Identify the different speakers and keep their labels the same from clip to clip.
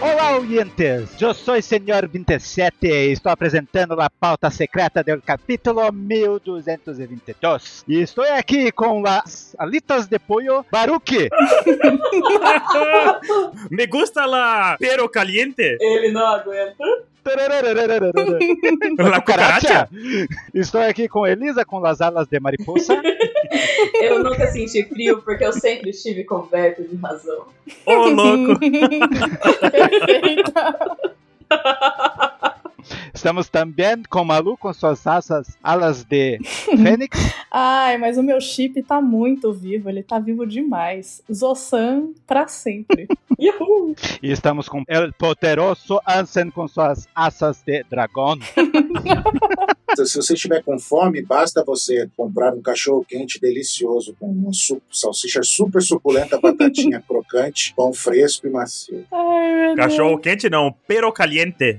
Speaker 1: Olá, ouvintes! Eu sou senhor 27 e estou apresentando a pauta secreta do capítulo 1222. E estou aqui com as alitas de pollo Baruque.
Speaker 2: Me gusta la pero caliente.
Speaker 3: Ele não aguenta.
Speaker 2: La cucaracha.
Speaker 1: Estou aqui com Elisa com as alas de mariposa.
Speaker 3: Eu nunca senti frio porque eu sempre estive coberto de razão.
Speaker 2: Ô, louco.
Speaker 4: Perfeita.
Speaker 1: Estamos também com Malu com suas asas, alas de fênix.
Speaker 4: Ai, mas o meu chip tá muito vivo, ele tá vivo demais. Zossan pra sempre.
Speaker 3: Yuhu!
Speaker 1: E estamos com El Poderoso Ansem com suas asas de dragão.
Speaker 5: Então, Se você estiver com fome, basta você comprar um cachorro quente delicioso com uma su- salsicha super suculenta, batatinha crocante, pão fresco e macio.
Speaker 4: Ai, meu
Speaker 2: Cachorro quente não, pero caliente.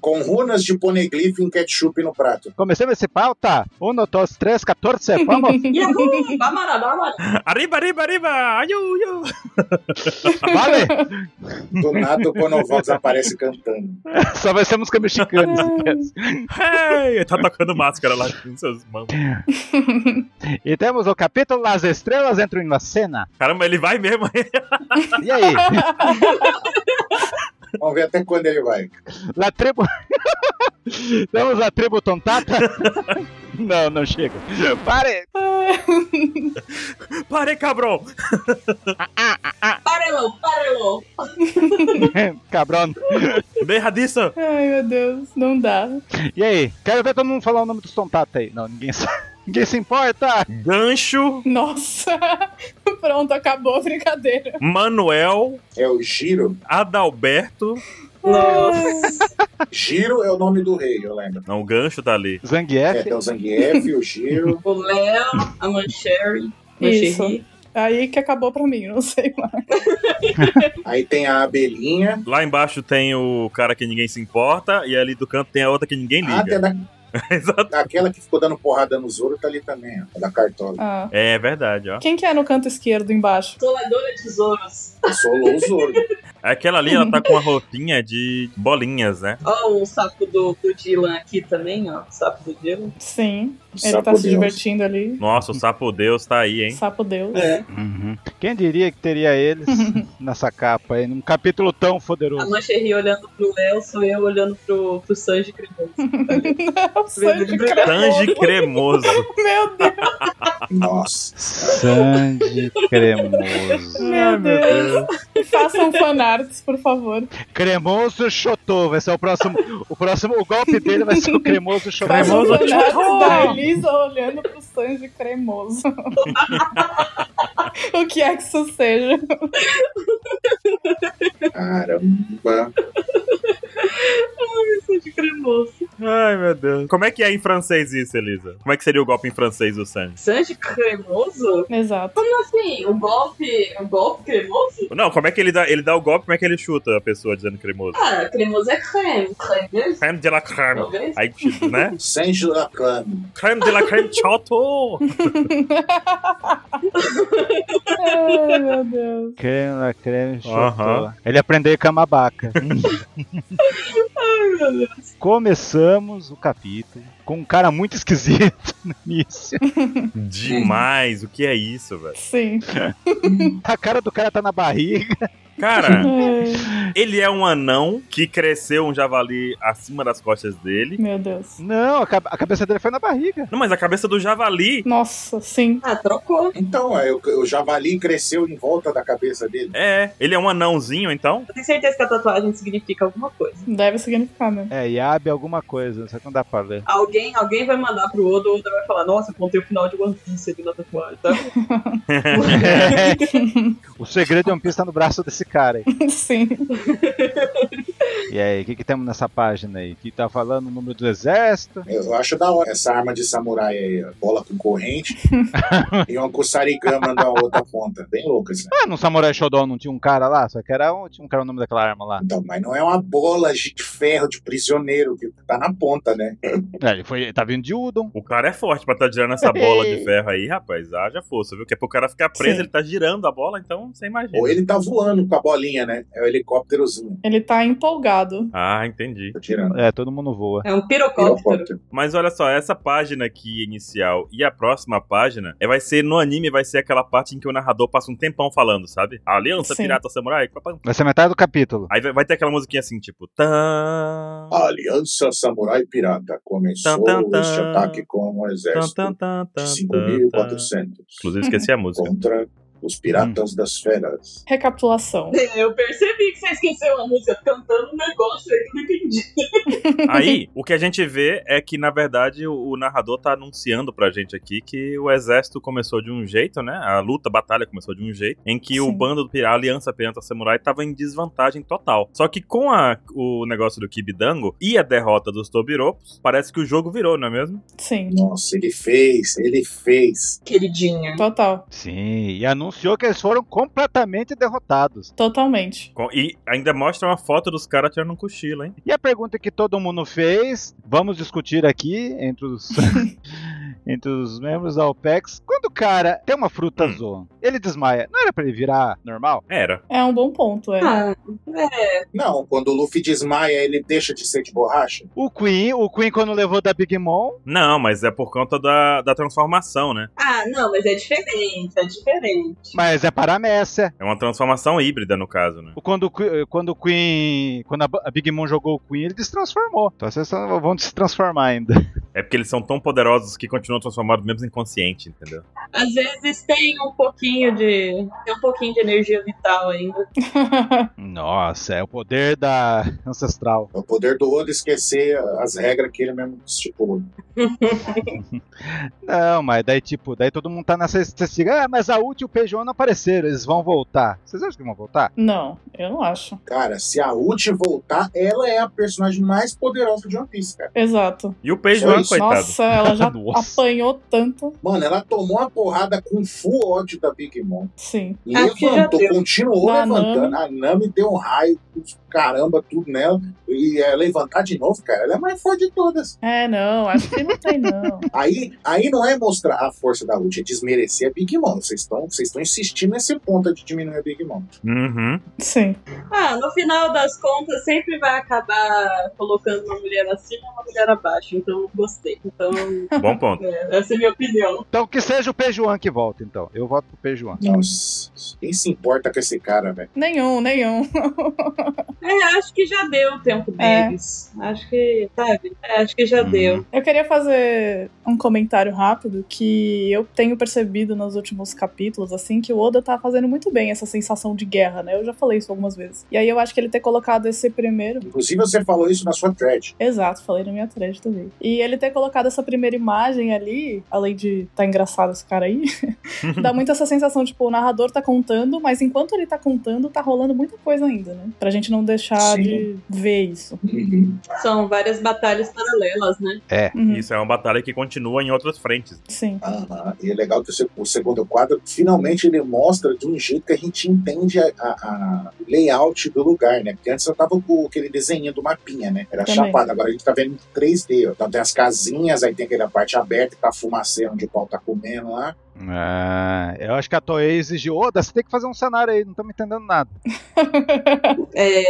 Speaker 5: Com runas de poneglyph em ketchup no prato.
Speaker 1: Comecemos esse pauta. 1, 2, 3, 14, vamos.
Speaker 3: Yuhu! Bamara, bamara.
Speaker 2: Arriba, arriba, arriba. Aiu, iu.
Speaker 1: Vale.
Speaker 5: Do nada o Conovox aparece cantando.
Speaker 1: Só vai ser música mexicana. esquece.
Speaker 2: Hey, tá tocando máscara lá com seus mãos.
Speaker 1: e temos o capítulo As Estrelas Entram na Cena.
Speaker 2: Caramba, ele vai mesmo.
Speaker 1: E aí?
Speaker 5: Vamos ver até quando ele vai.
Speaker 1: La tribo. temos a tribo Tontata. não, não chega. Pare.
Speaker 2: Pare, cabrão.
Speaker 3: Parelou, parelou.
Speaker 1: Cabrão.
Speaker 2: Berradiça.
Speaker 4: Ai, meu Deus, não dá.
Speaker 1: E aí? Quero ver todo mundo falar o nome dos Tontata aí. Não, ninguém sabe. Ninguém se importa!
Speaker 2: Gancho,
Speaker 4: Nossa. Pronto, acabou a brincadeira.
Speaker 2: Manuel,
Speaker 5: É o Giro.
Speaker 2: Adalberto.
Speaker 3: Nossa.
Speaker 5: Giro é o nome do rei, eu lembro.
Speaker 2: Não, o gancho tá ali.
Speaker 5: É,
Speaker 1: Zangief,
Speaker 5: tem o Zangief, o Giro.
Speaker 3: O Léo, a Mancherry,
Speaker 4: Isso.
Speaker 3: Mancherry.
Speaker 4: Aí que acabou pra mim, não sei mais.
Speaker 5: Aí tem a abelhinha.
Speaker 2: Lá embaixo tem o cara que ninguém se importa, e ali do canto tem a outra que ninguém
Speaker 5: Ah, tem
Speaker 2: liga.
Speaker 5: a da-
Speaker 2: Exato.
Speaker 5: aquela que ficou dando porrada no Zoro tá ali também, ó. A da cartola.
Speaker 4: Ah.
Speaker 2: É verdade, ó.
Speaker 4: Quem que é no canto esquerdo embaixo?
Speaker 3: Soladora de tesouros.
Speaker 5: Solou o Zoro.
Speaker 2: Aquela ali, ela tá com a roupinha de bolinhas, né?
Speaker 3: Ó, o sapo do, do Dylan aqui também, ó. O sapo do Dylan.
Speaker 4: Sim. Ele
Speaker 5: Sapo
Speaker 4: tá se
Speaker 5: Deus.
Speaker 4: divertindo ali.
Speaker 2: Nossa, o sapo Deus tá aí, hein?
Speaker 4: Sapo Deus.
Speaker 3: É.
Speaker 1: Uhum. Quem diria que teria eles nessa capa aí, num capítulo tão
Speaker 3: A
Speaker 1: poderoso?
Speaker 3: Mancherry olhando pro Léo, sou eu olhando pro, pro Sanji Cremoso.
Speaker 4: O Sanji
Speaker 2: Tange
Speaker 4: cremoso.
Speaker 2: cremoso.
Speaker 4: Meu Deus,
Speaker 5: Nossa.
Speaker 1: Sandy cremoso.
Speaker 4: meu Deus. Façam fanarts, por favor.
Speaker 1: Cremoso Chotô, vai ser o próximo. O próximo, o golpe dele vai ser o cremoso Chotô.
Speaker 4: Façam
Speaker 2: Cremoso
Speaker 4: fanarts
Speaker 2: tchau.
Speaker 4: da Elisa olhando pro Sanji cremoso. o que é que isso seja?
Speaker 5: Caramba.
Speaker 3: Sanji Cremoso.
Speaker 2: Ai, meu Deus. Como é que é em francês isso, Elisa? Como é que seria o golpe em francês do Sanji?
Speaker 3: Sanji Cremoso?
Speaker 4: Exato.
Speaker 3: Como assim? O golpe, o golpe cremoso?
Speaker 2: Não, como é que ele dá, ele dá o golpe, como é que ele chuta a pessoa dizendo cremoso?
Speaker 3: Ah, cremoso é creme. Creme mesmo,
Speaker 2: Creme de la creme.
Speaker 3: talvez.
Speaker 2: Aí, tipo, né?
Speaker 5: Sanji Lacan.
Speaker 2: Creme de la creme choto.
Speaker 4: Ai, meu Deus.
Speaker 1: Creme, la creme, chotô.
Speaker 2: Aham.
Speaker 1: Ele aprendeu camabaca.
Speaker 3: meu
Speaker 1: Começamos o capítulo com um cara muito esquisito no início.
Speaker 2: Demais. O que é isso, velho?
Speaker 4: Sim.
Speaker 1: A cara do cara tá na barriga.
Speaker 2: Cara,
Speaker 4: Ai,
Speaker 2: ele é um anão que cresceu um javali acima das costas dele.
Speaker 4: meu Deus.
Speaker 1: Não, a, ca- a cabeça dele foi na barriga.
Speaker 2: Não, mas a cabeça do javali
Speaker 4: Nossa, sim.
Speaker 3: Ah, trocou.
Speaker 5: Então, é, o, o javali cresceu em volta da cabeça dele.
Speaker 2: é. Ele é um anãozinho, então?
Speaker 3: Eu tenho certeza que a tatuagem significa alguma coisa.
Speaker 4: Deve significar né? mesmo.
Speaker 1: É, Yabe alguma coisa, não sei quando dá pra ler.
Speaker 3: Alguém, alguém vai mandar pro Oda, o Oda vai falar, nossa, eu contei o final de One Piece aqui na tatuagem, tá?
Speaker 1: o segredo de One Piece tá no braço desse cara aí.
Speaker 4: Sim.
Speaker 1: E aí, o que, que temos nessa página aí? Que tá falando o número do exército.
Speaker 5: Eu acho da hora essa arma de samurai aí, a bola com corrente e uma kusarigama na outra ponta. Bem louca isso. né?
Speaker 1: Ah, no Samurai Shodown não tinha um cara lá? Só que era um, tinha um cara o nome daquela arma lá.
Speaker 5: Então, mas não é uma bola de ferro de prisioneiro que tá na ponta, né?
Speaker 1: É, ele foi, ele tá vindo de Udon.
Speaker 2: O cara é forte pra tá girando essa bola de ferro aí, rapaz. Haja força, viu? Que é pro cara ficar preso,
Speaker 4: É. Sim.
Speaker 2: ele tá girando a bola, então você imagina.
Speaker 5: Ou ele tá voando com a bolinha, né? É o helicópterozinho.
Speaker 4: Ele tá empolgado.
Speaker 2: Ah, entendi.
Speaker 5: Tô tirando.
Speaker 1: É, todo mundo voa.
Speaker 3: É um pirocóptero.
Speaker 2: Mas olha só, essa página aqui inicial e a próxima página é, vai ser no anime, vai ser aquela parte em que o narrador passa um tempão falando, sabe? Aliança
Speaker 4: Sim.
Speaker 2: Pirata Samurai. papam.
Speaker 1: Vai ser metade do capítulo.
Speaker 2: Aí vai, vai ter aquela musiquinha assim, tipo. Tan,
Speaker 5: A Aliança Samurai Pirata começou
Speaker 2: Tan, tan, tan.
Speaker 5: este ataque com o
Speaker 2: tan,
Speaker 5: exército
Speaker 2: tan, tan, tan,
Speaker 5: de
Speaker 2: tan, tan.
Speaker 5: 5.400
Speaker 2: Inclusive, esqueci a música.
Speaker 5: contra os piratas das feras.
Speaker 4: Recapitulação.
Speaker 3: Eu percebi que você esqueceu a música cantando um negócio aí que eu não entendi.
Speaker 2: Aí, o que a gente vê é que, na verdade, o, o narrador tá anunciando pra gente aqui que o exército começou de um jeito, né? A luta, a batalha começou de um jeito, em que o
Speaker 4: Sim.
Speaker 2: bando do pirata, a aliança pirata samurai, tava em desvantagem total. Só que com a- o negócio do Kibidango e a derrota dos Tobiropos, parece que o jogo virou, não é mesmo?
Speaker 4: Sim.
Speaker 5: Nossa, ele fez, ele fez.
Speaker 3: Queridinha.
Speaker 4: Total.
Speaker 1: Sim, e anunciou que eles foram completamente derrotados.
Speaker 4: Totalmente.
Speaker 2: Com- E ainda mostra uma foto dos caras tirando um cochilo, hein?
Speaker 1: E a pergunta que todo mundo fez, vamos discutir aqui entre os, entre os membros da OPEX. Quando o cara tem uma fruta
Speaker 2: Hum.
Speaker 1: azul, ele desmaia, não era pra ele virar normal?
Speaker 2: Era.
Speaker 4: É um bom ponto, é.
Speaker 3: Ah,
Speaker 5: Não, quando o Luffy desmaia, ele deixa de ser de borracha.
Speaker 1: O Queen, o Queen quando levou da Big Mom,
Speaker 2: Não, mas é por conta da, da transformação, né?
Speaker 3: ah, não, mas é diferente, é diferente.
Speaker 1: mas é paramécia.
Speaker 2: É uma transformação híbrida, no caso, né?
Speaker 1: O- Quando, o Que- quando o Queen, quando a B- a Big Mom jogou o Queen, ele destransformou. Então vocês só vão se transformar ainda.
Speaker 2: É porque eles são tão poderosos que continuam transformados mesmo inconsciente, entendeu?
Speaker 3: Às vezes tem um pouquinho de. Tem um pouquinho de energia vital ainda.
Speaker 1: Ah. Nossa, é o poder da ancestral.
Speaker 5: É o poder do Oda esquecer as regras que ele mesmo estipulou.
Speaker 1: Não, mas daí tipo, daí todo mundo tá nessa estatística. Ah, mas a Ult e o Peugeot não apareceram, eles vão voltar. Vocês acham que vão voltar?
Speaker 4: Não, eu não acho.
Speaker 5: Cara, se a Uchi voltar, ela é a personagem mais poderosa de One Piece, cara.
Speaker 4: Exato.
Speaker 2: E o Peijuan,
Speaker 5: Isso.
Speaker 2: um coitado.
Speaker 4: Nossa, ela já
Speaker 1: Nossa.
Speaker 4: apanhou tanto.
Speaker 5: Mano, ela tomou uma porrada com full ódio da Big Mom.
Speaker 4: Sim.
Speaker 3: Acho que já
Speaker 5: Levantou,
Speaker 3: deu.
Speaker 5: continuou
Speaker 4: Da
Speaker 5: levantando. A Nami deu um raio, caramba, tudo nela. E é, levantar de novo, cara, ela é a mais forte de todas.
Speaker 4: É, não, acho que não tem, não.
Speaker 5: Aí, aí não é mostrar a força da Uchi, é desmerecer a Big Mom. Vocês estão vocês estão insistindo nesse ponto de diminuir a Big Mom.
Speaker 2: Uhum.
Speaker 4: Sim.
Speaker 3: Ah, no final das contas, sempre vai acabar colocando uma mulher acima e uma mulher abaixo. Então, eu gostei. Então,
Speaker 2: Bom ponto.
Speaker 3: é, essa é a minha opinião.
Speaker 1: Então que seja o Peugeot que volta, então. Eu voto pro Peugeot.
Speaker 5: Nossa, quem se importa com esse cara, velho?
Speaker 4: Nenhum, nenhum.
Speaker 3: É, acho que já deu o tempo
Speaker 4: É.
Speaker 3: deles. Acho que, sabe? É, acho que já
Speaker 1: Hum.
Speaker 3: deu.
Speaker 4: Eu queria fazer um comentário rápido que eu tenho percebido nos últimos capítulos, assim, que o Oda tá fazendo muito bem essa sensação de guerra, né? Eu já falei isso algumas vezes. E aí eu acho que ele ter colocado esse primeiro
Speaker 5: Inclusive, você falou isso na sua thread.
Speaker 4: Exato, falei na minha thread também. E ele ter colocado essa primeira imagem ali, além de tá engraçado esse cara aí, dá muito essa sensação, tipo, o narrador tá contando, mas enquanto ele tá contando, tá rolando muita coisa ainda, né? Pra gente não deixar
Speaker 5: Sim.
Speaker 4: de ver isso.
Speaker 3: São várias batalhas paralelas, né?
Speaker 4: Uhum,
Speaker 2: Isso é uma batalha que continua em outras frentes.
Speaker 4: Sim.
Speaker 5: Aham, E é legal que o se- o segundo quadro finalmente ele mostra de um jeito que a gente entende a, a- a layout do lugar, né? Porque antes eu tava com aquele desenho do mapinha, né? Era
Speaker 4: Também.
Speaker 5: chapado, agora a gente tá vendo em 3D. ó. Então tem as casinhas, aí tem aquela parte aberta com a fumaceira onde o pau tá comendo lá.
Speaker 1: Ah, eu acho que a Toei exigiu, Oda, você tem que fazer um cenário aí, não tô me entendendo nada.
Speaker 3: É,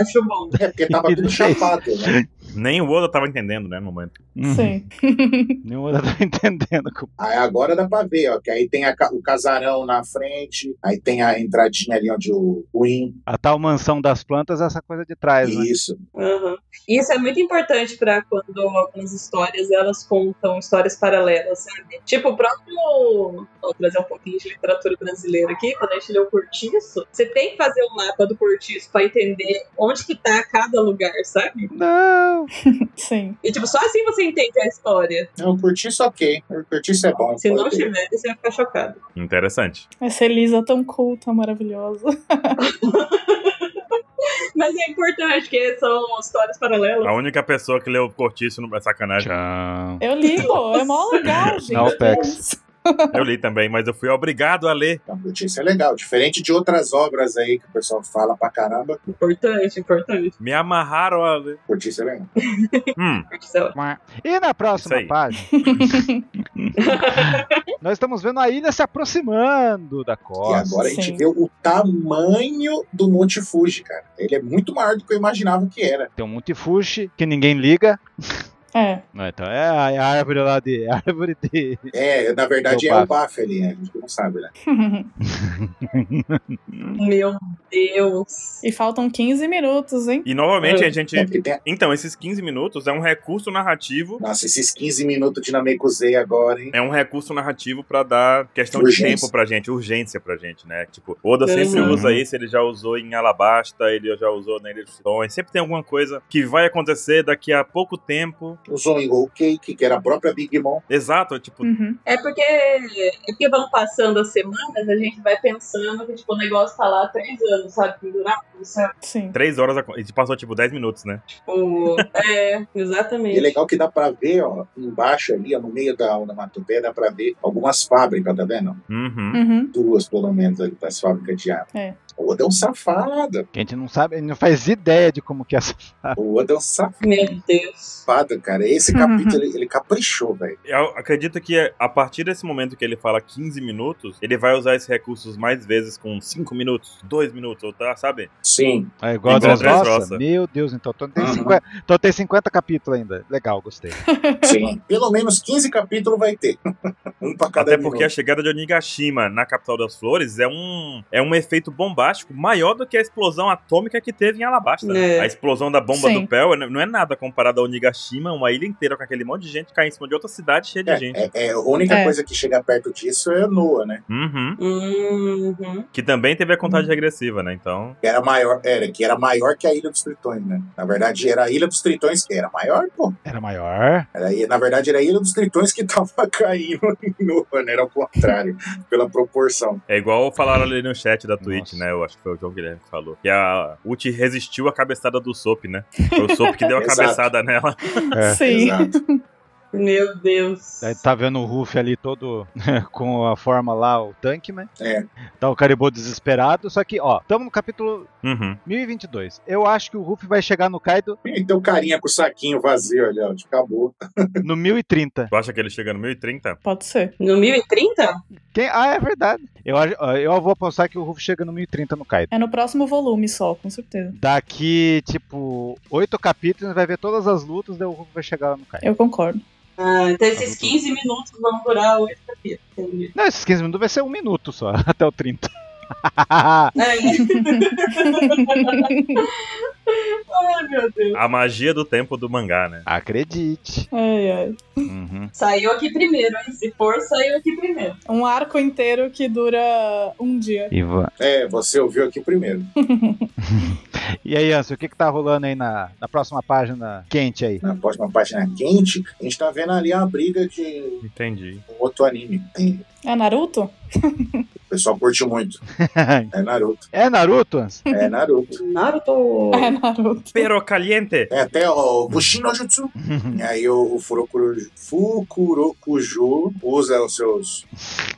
Speaker 3: acho bom.
Speaker 5: É porque tava
Speaker 1: Ele
Speaker 5: tudo
Speaker 1: fez.
Speaker 5: chapado, né?
Speaker 2: Nem o Oda tava entendendo, né, no momento.
Speaker 4: Sim.
Speaker 1: Nenhum Oda tá entendendo.
Speaker 5: Aí agora dá pra ver, ó. Que aí tem a ca- o casarão na frente, aí tem a entradinha ali onde o Win.
Speaker 1: A tal mansão das plantas é essa coisa de trás, né?
Speaker 5: Isso.
Speaker 3: Aham. Isso é muito importante pra quando algumas histórias elas contam histórias paralelas, sabe? Tipo, o próprio. Vou trazer um pouquinho de literatura brasileira aqui. Quando a gente lê o Cortiço, você um tem que fazer o mapa do Cortiço pra entender onde que tá cada lugar, sabe?
Speaker 1: Não,
Speaker 4: Sim.
Speaker 3: E, tipo, só assim você entende a história.
Speaker 5: Eu curti isso ok. Eu curti isso é bom.
Speaker 3: Se não
Speaker 5: pode ter.
Speaker 3: tiver, você vai ficar chocado.
Speaker 2: Interessante.
Speaker 4: Essa Elisa tão culta, maravilhosa.
Speaker 3: Mas é importante, que são histórias paralelas.
Speaker 2: A única pessoa que leu Cortiço no... é Sacanagem.
Speaker 6: Tchau.
Speaker 4: Eu li, pô, é mó legal, gente. é
Speaker 6: Não, Pex.
Speaker 2: Eu li também, mas eu fui obrigado a ler.
Speaker 5: Então, curti isso é legal. Diferente de outras obras aí que o pessoal fala pra caramba,
Speaker 3: Importante, importante.
Speaker 2: Me amarraram a ler.
Speaker 5: curti isso é legal.
Speaker 2: Hum,
Speaker 3: Marcelo.
Speaker 1: E na próxima
Speaker 2: Isso aí.
Speaker 1: página, nós estamos vendo a ilha se aproximando da
Speaker 5: e
Speaker 1: costa.
Speaker 5: agora a gente
Speaker 4: sim.
Speaker 5: vê o tamanho do Monte Fuji, cara. Ele é muito maior do que eu imaginava que era.
Speaker 1: Tem um Monte Fuji que ninguém liga.
Speaker 4: É,
Speaker 1: Não, então é a a árvore lá de. a árvore de.
Speaker 5: É, na verdade
Speaker 1: É o
Speaker 5: é o Baf ali, né? A gente não sabe, né?
Speaker 3: Meu Deus.
Speaker 4: e faltam 15 minutos, hein?
Speaker 2: E novamente a gente.
Speaker 5: É porque tem...
Speaker 2: Então, esses 15 minutos é um recurso narrativo.
Speaker 5: Nossa, esses 15 minutos de Namekusei agora, hein?
Speaker 2: É um recurso narrativo pra dar questão
Speaker 5: Urgência.
Speaker 2: de tempo pra gente, urgência pra gente, né? Tipo, Oda sempre
Speaker 3: Uhum.
Speaker 2: usa isso, ele já usou em Alabasta, ele já usou na Ilha dos Tritões. Sempre tem alguma coisa que vai acontecer daqui a pouco tempo.
Speaker 5: Usou em Whole Cake, que era a própria Big Mom.
Speaker 2: Exato, tipo,
Speaker 4: Uhum.
Speaker 3: É porque, é porque vão passando as semanas, a gente vai pensando que tipo, o negócio tá lá há três anos, sabe? Pendurado no céu.
Speaker 4: Sim.
Speaker 2: três horas, a- e passou tipo 10 minutos, né?
Speaker 3: Tipo, é,
Speaker 5: E
Speaker 3: exatamente.
Speaker 5: é legal que dá pra ver, ó, embaixo ali, ó, no meio da Onomatopé, dá pra ver algumas fábricas, tá vendo?
Speaker 2: Uhum.
Speaker 4: Uhum.
Speaker 5: Duas, pelo menos, ali, das fábricas de água.
Speaker 4: É.
Speaker 5: O Oda é um safado.
Speaker 1: Que a gente não sabe, não faz ideia de como que é essa.
Speaker 5: O Oda é um safado,
Speaker 3: Meu Deus.
Speaker 5: cara. Esse capítulo, ele, ele caprichou, velho.
Speaker 2: Eu acredito que a partir desse momento que ele fala 15 minutos, ele vai usar esses recursos mais vezes com 5 minutos, 2 minutos, ou tá, sabe?
Speaker 5: Sim.
Speaker 1: É igual a
Speaker 2: Igual a
Speaker 1: Dressrosa.
Speaker 2: Dressrosa.
Speaker 1: Meu Deus, então tô- tem,
Speaker 5: Uhum.
Speaker 1: 50, então tem 50 capítulos ainda. Legal, gostei.
Speaker 5: Sim. Pelo menos 15 capítulos vai ter. um pra cada
Speaker 2: Até porque a
Speaker 5: minuto.
Speaker 2: chegada de Onigashima na capital das flores é um, é um efeito bombástico maior do que a explosão atômica que teve em Alabasta. né?
Speaker 3: É.
Speaker 2: A explosão da bomba
Speaker 4: Sim.
Speaker 2: do Pell não é nada comparado a Onigashima, uma ilha inteira com aquele monte de gente caindo em cima de outra cidade cheia de gente.
Speaker 5: É, é, é, a única
Speaker 4: É.
Speaker 5: coisa que chega perto disso é a Noa, né?
Speaker 2: Uhum.
Speaker 3: Uhum.
Speaker 2: Que também teve a contagem regressiva, né? Então.
Speaker 5: Que era maior, era, que era maior que a Ilha dos Tritões, né? Na verdade, era a Ilha dos Tritões que era maior, pô.
Speaker 1: Era maior.
Speaker 5: Era, na verdade, era a Ilha dos Tritões que tava caindo em Noa, né? Era o contrário, pela proporção.
Speaker 2: É igual falaram ali no chat da Twitch,
Speaker 1: Nossa.
Speaker 2: né? Eu acho que foi o João Guilherme que falou. Que a Uchi resistiu à cabeçada do Sop, né? Foi o Sop que deu a
Speaker 5: Exato.
Speaker 2: cabeçada nela.
Speaker 1: É.
Speaker 4: Sim.
Speaker 5: Exato.
Speaker 3: Meu Deus.
Speaker 1: Daí tá vendo o Ruff ali todo com a forma lá, o tanque, né?
Speaker 5: É.
Speaker 1: Tá o Caribou desesperado. Só que, ó, estamos no capítulo
Speaker 2: Uhum.
Speaker 1: 1022. Eu acho que o Ruff vai chegar no Kaido
Speaker 5: E tem um carinha com o saquinho vazio ali, ó. de Acabou.
Speaker 1: no 1030.
Speaker 2: Tu acha que ele chega no 1030?
Speaker 4: Pode ser.
Speaker 3: No 1030?
Speaker 1: Quem- Ah, é verdade. Eu, acho- ó, eu vou apostar que o Ruff chega no 1030 no Kaido.
Speaker 4: É no próximo volume só, com certeza.
Speaker 1: Daqui, tipo, oito capítulos, vai ver todas as lutas, daí o Ruff vai chegar no Kaido.
Speaker 4: Eu concordo.
Speaker 3: Ah, então esses 15 minutos vão durar 8 capítulos. entendi.
Speaker 1: Não, esses 15 minutos vai ser um minuto só, até o 30.
Speaker 3: Ai, ai, meu Deus.
Speaker 2: A magia do tempo do mangá, né?
Speaker 1: Acredite.
Speaker 4: Ai, ai.
Speaker 1: Uhum.
Speaker 3: Saiu aqui primeiro, hein? Se for, saiu aqui primeiro.
Speaker 4: Um arco inteiro que dura um dia.
Speaker 1: E, va-
Speaker 5: É, você ouviu aqui primeiro.
Speaker 1: e aí, Anso, o que que tá rolando aí na, na próxima página quente aí?
Speaker 5: Na próxima página quente, a gente tá vendo ali a briga de
Speaker 2: Entendi.
Speaker 5: um outro anime. Tem-
Speaker 4: É Naruto?
Speaker 5: O pessoal curte muito. É Naruto.
Speaker 1: é Naruto, Anso?
Speaker 5: É Naruto.
Speaker 3: Naruto.
Speaker 4: É Naruto.
Speaker 2: Pero caliente!
Speaker 5: É até ó, o Bushin no Jutsu. E aí o, o Furokuro- Fukurokuju usa os seus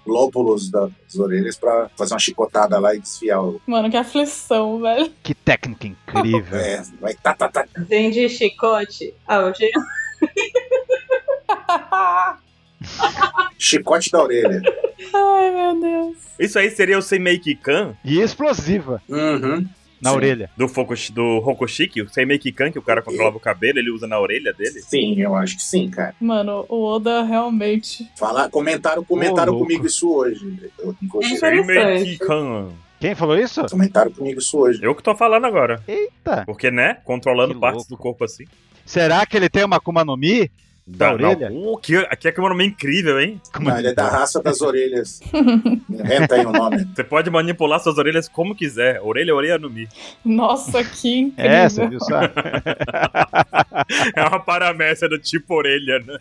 Speaker 5: lóbulos das orelhas pra fazer uma chicotada lá e desfiar o.
Speaker 4: Mano, que aflição, velho.
Speaker 1: Que técnica incrível.
Speaker 5: É, vai tá, tá, tá.
Speaker 3: Vende chicote. Ah, hoje
Speaker 5: Chicote da orelha.
Speaker 4: Ai, meu Deus.
Speaker 2: Isso aí seria o Seimei Kan
Speaker 1: E explosiva
Speaker 5: Uhum.
Speaker 1: na
Speaker 5: Sim.
Speaker 1: orelha.
Speaker 2: do, Fokush- do Hokushiki, o Seimei Kan que o cara controlava o cabelo, ele usa na orelha dele.
Speaker 5: Sim, eu acho que sim, cara.
Speaker 4: Mano, o Oda realmente.
Speaker 5: Falar, comentaram, comentaram
Speaker 1: louco.
Speaker 5: comigo isso hoje. né? Eu, inclusive.
Speaker 3: É
Speaker 2: Seimei
Speaker 3: Interessante.
Speaker 2: Kan.
Speaker 1: Quem falou isso?
Speaker 5: Comentaram comigo isso hoje.
Speaker 2: Eu que tô falando agora.
Speaker 1: Eita!
Speaker 2: Porque, né? Controlando
Speaker 1: Que
Speaker 2: partes
Speaker 1: louco.
Speaker 2: do corpo assim.
Speaker 1: Será que ele tem uma Akuma no Mi? Da, orelha?
Speaker 2: Não. Uh, que, aqui é que é um nome incrível, hein?
Speaker 1: Como
Speaker 5: Não, ele é da raça das orelhas. Inventa aí o nome.
Speaker 2: Você pode manipular suas orelhas como quiser. Orelha, é orelha no mi.
Speaker 4: Nossa, que incrível.
Speaker 1: É, você viu só?
Speaker 2: É uma paramécia do tipo orelha, né?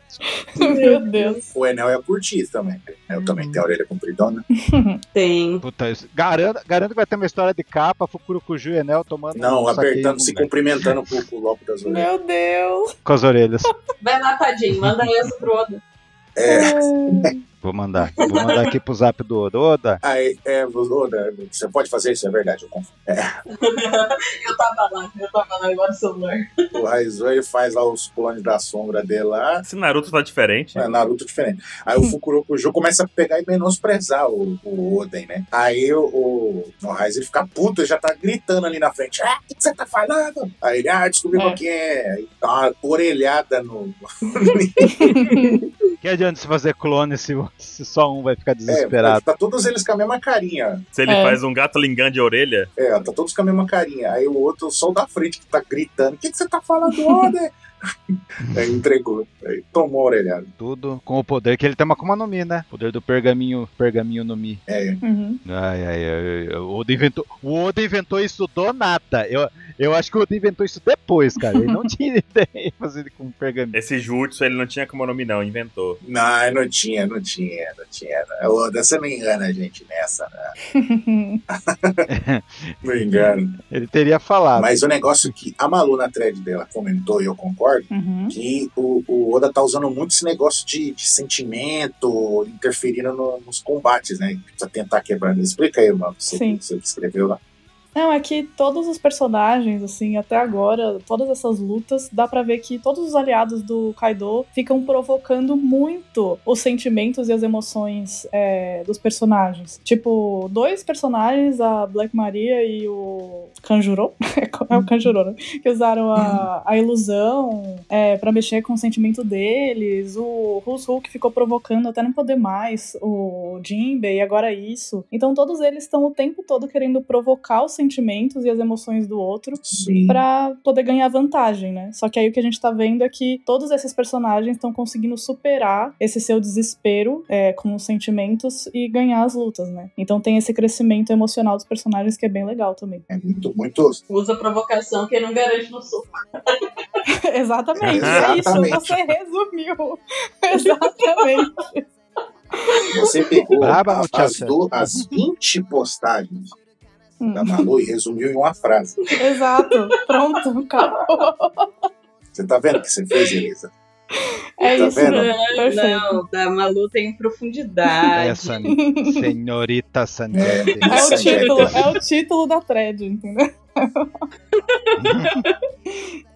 Speaker 4: Meu Deus.
Speaker 5: O Enel é curtir também. Eu também tenho a orelha compridona.
Speaker 3: Tem.
Speaker 1: Puta, isso. Garanto, garanto que vai ter uma história de capa, Fucurucuju e Enel tomando.
Speaker 5: Não,
Speaker 1: um saqueio
Speaker 5: apertando,
Speaker 1: com-
Speaker 5: se cumprimentando com o lobo das orelhas.
Speaker 4: Meu Deus.
Speaker 1: Com as orelhas.
Speaker 3: Vai lá, tadinho, manda essa pro Oda.
Speaker 5: É,
Speaker 1: Vou mandar. Vou mandar aqui pro zap do Oda. Oda,
Speaker 5: aí, é, Luda, você pode fazer isso, é verdade. Eu confio.
Speaker 3: Eu tava lá, eu tava lá, agora o celular.
Speaker 5: o Raizo, ele faz lá os clones da sombra dele lá.
Speaker 2: Esse Naruto tá diferente.
Speaker 5: É, Naruto diferente. Aí o Fukurokujo começa a pegar e menosprezar o, o Oden, né? Aí o, o, o Raiz ele fica puto, ele já tá gritando ali na frente. Ah, o que você tá falando? Aí ele, ah, descobri
Speaker 4: É.
Speaker 5: qual que é. Aí dá uma orelhada no.
Speaker 1: que adianta se fazer clone se, se só um vai ficar
Speaker 5: É,
Speaker 1: desesperado?
Speaker 5: tá todos eles com a mesma carinha.
Speaker 2: Se ele
Speaker 4: É.
Speaker 2: faz um gato lingam de orelha,
Speaker 5: É, tá todos com a mesma carinha. Aí o outro, só o da frente, que tá gritando: O que, que você tá falando, Oden? Aí entregou. Aí tomou a orelhada.
Speaker 1: Tudo com o poder que ele tem uma Akuma no Mi, né? Poder do pergaminho, pergaminho no Mi.
Speaker 5: É,
Speaker 4: Uhum.
Speaker 1: Ai, ai, ai, ai, o Oda inventou, o Oda inventou isso do nada. Eu, eu acho que o Oda inventou isso depois, cara. Ele não tinha ideia de fazer com um pergaminho.
Speaker 2: esse jutsu ele não tinha como nome, não, inventou.
Speaker 5: não, não tinha, não tinha, não tinha. Ô, você não engana a gente nessa, né? Não engana.
Speaker 1: Ele teria falado.
Speaker 5: Mas o negócio que a Malu na thread dela comentou, e eu concordo,
Speaker 4: Uhum.
Speaker 5: que o, o Oda tá usando muito esse negócio de, de sentimento, interferindo no- nos combates, né? Pra tentar quebrar. Explica aí, mano, você,
Speaker 4: Sim.
Speaker 5: você descreveu lá.
Speaker 4: Não, é que todos os personagens, assim, até agora, todas essas lutas, dá pra ver que todos os aliados do Kaido ficam provocando muito os sentimentos e as emoções é, dos personagens. Tipo, dois personagens, a Black Maria e o Kanjuro, é o Kanjuro, né? Que usaram a, a ilusão é, para mexer com o sentimento deles. O Who's Who que ficou provocando até não poder mais. O Jinbei, e agora isso. Então todos eles estão o tempo todo querendo provocar os sentimentos e as emoções do outro
Speaker 5: Sim.
Speaker 4: pra poder ganhar vantagem, né? Só que aí o que a gente tá vendo é que todos esses personagens estão conseguindo superar esse seu desespero é, com os sentimentos e ganhar as lutas, né? Então tem esse crescimento emocional dos personagens que é bem legal também.
Speaker 5: É muito, muito.
Speaker 3: Usa provocação que não garante no soco.
Speaker 4: Exatamente, é isso,
Speaker 5: Exatamente.
Speaker 4: você resumiu. Exatamente.
Speaker 5: Você pegou
Speaker 1: Braba,
Speaker 5: as,
Speaker 1: tchau,
Speaker 5: as,
Speaker 1: tchau.
Speaker 5: do- as 20 postagens
Speaker 4: Hum,
Speaker 5: da Malu e resumiu em uma frase.
Speaker 4: Exato, pronto,
Speaker 5: Tá
Speaker 4: acabou.
Speaker 5: Você tá vendo o que você fez, Elisa?
Speaker 4: É
Speaker 5: Tá
Speaker 4: isso,
Speaker 5: vendo?
Speaker 4: perfeito.
Speaker 3: Não, da Malu tem profundidade.
Speaker 1: É, Sani. Senhorita Sanjay.
Speaker 4: É
Speaker 5: Isso
Speaker 4: o
Speaker 5: aí,
Speaker 4: título,
Speaker 5: é.
Speaker 4: é o título da thread, entendeu?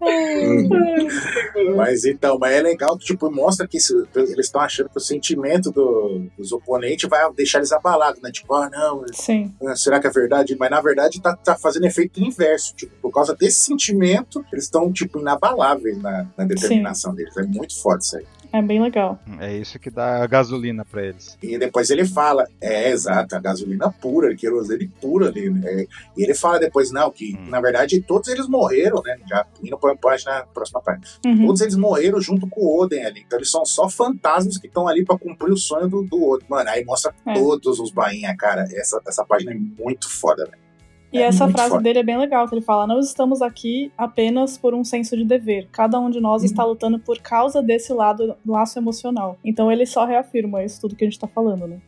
Speaker 5: Uhum. Mas então, mas é legal que tipo, mostra que isso- eles estão achando que o sentimento do- dos oponentes vai deixar eles abalados, né? Tipo, ah, não,
Speaker 4: Sim.
Speaker 5: Ah, Será que é verdade? Mas na verdade tá, tá fazendo efeito inverso. Tipo, por causa desse sentimento, eles estão, tipo, inabaláveis na, na determinação deles. É muito forte isso aí.
Speaker 4: É bem legal.
Speaker 1: É isso que dá a gasolina pra eles.
Speaker 5: E depois ele fala, é exato, a gasolina pura, querosene pura ali, né? E ele fala depois, não, que
Speaker 1: Hum.
Speaker 5: na verdade todos eles morreram, né? Já indo pra página, próxima página.
Speaker 4: Uhum.
Speaker 5: Todos eles morreram junto com o Oden ali. Então eles são só fantasmas que estão ali pra cumprir o sonho do, do Oden. Mano, aí mostra
Speaker 4: É.
Speaker 5: todos os bainha, cara. Essa, essa página é muito foda, velho.
Speaker 4: E
Speaker 5: É
Speaker 4: essa
Speaker 5: muito
Speaker 4: frase
Speaker 5: forte.
Speaker 4: dele é bem legal, que ele fala: "Não estamos aqui apenas por um senso de dever. Cada um de nós
Speaker 5: Uhum.
Speaker 4: está lutando por causa desse lado laço emocional". Então ele só reafirma isso tudo que a gente tá falando, né?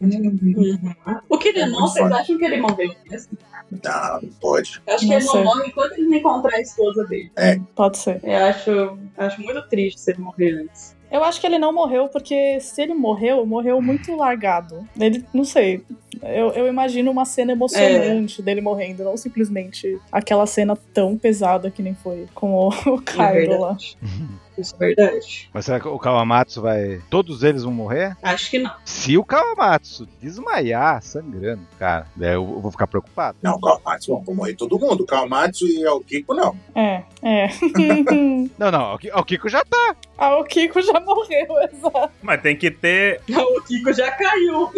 Speaker 3: O que
Speaker 5: é
Speaker 3: ele não, vocês acham que ele morreu? mesmo?
Speaker 5: Não, não pode.
Speaker 3: Eu acho que ele
Speaker 4: Nossa.
Speaker 3: não morre enquanto ele não encontrar a esposa dele.
Speaker 4: Pode ser.
Speaker 3: Eu acho, acho muito triste se ele morrer antes.
Speaker 4: Eu acho que ele não morreu, porque se ele morreu, morreu muito largado. Ele, não sei. Eu, eu imagino uma cena emocionante dele morrendo, não simplesmente aquela cena tão pesada que nem foi com o, o Kaido lá.
Speaker 3: Isso é verdade.
Speaker 1: Mas será que o Kawamatsu vai. Todos eles vão morrer?
Speaker 3: Acho que não.
Speaker 1: Se o Kawamatsu desmaiar sangrando, cara, daí eu vou ficar preocupado.
Speaker 5: Não, Calmatsu, vão morrer todo mundo. Calmatsu e o Kiko, não.
Speaker 4: É, é.
Speaker 1: Não, não, o Ki- o Kiko já tá.
Speaker 4: ah, o Kiko já morreu, exato.
Speaker 2: Mas tem que ter.
Speaker 3: O Kiko já caiu.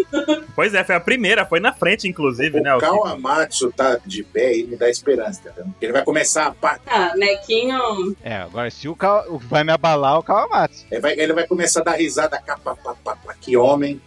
Speaker 2: Pois é, foi a primeira, foi na frente, inclusive, né?
Speaker 5: O
Speaker 2: o Kiko.
Speaker 5: Kawamatsu tá de pé e me dá esperança, entendeu? Ele vai começar a pá,
Speaker 3: Ah, Nequinho.
Speaker 1: É, agora se o Kawa... o- vai me abalar o Kawamatsu.
Speaker 5: Ele vai, ele vai começar a dar risada, cá, pá, pá, pá, pá, que homem.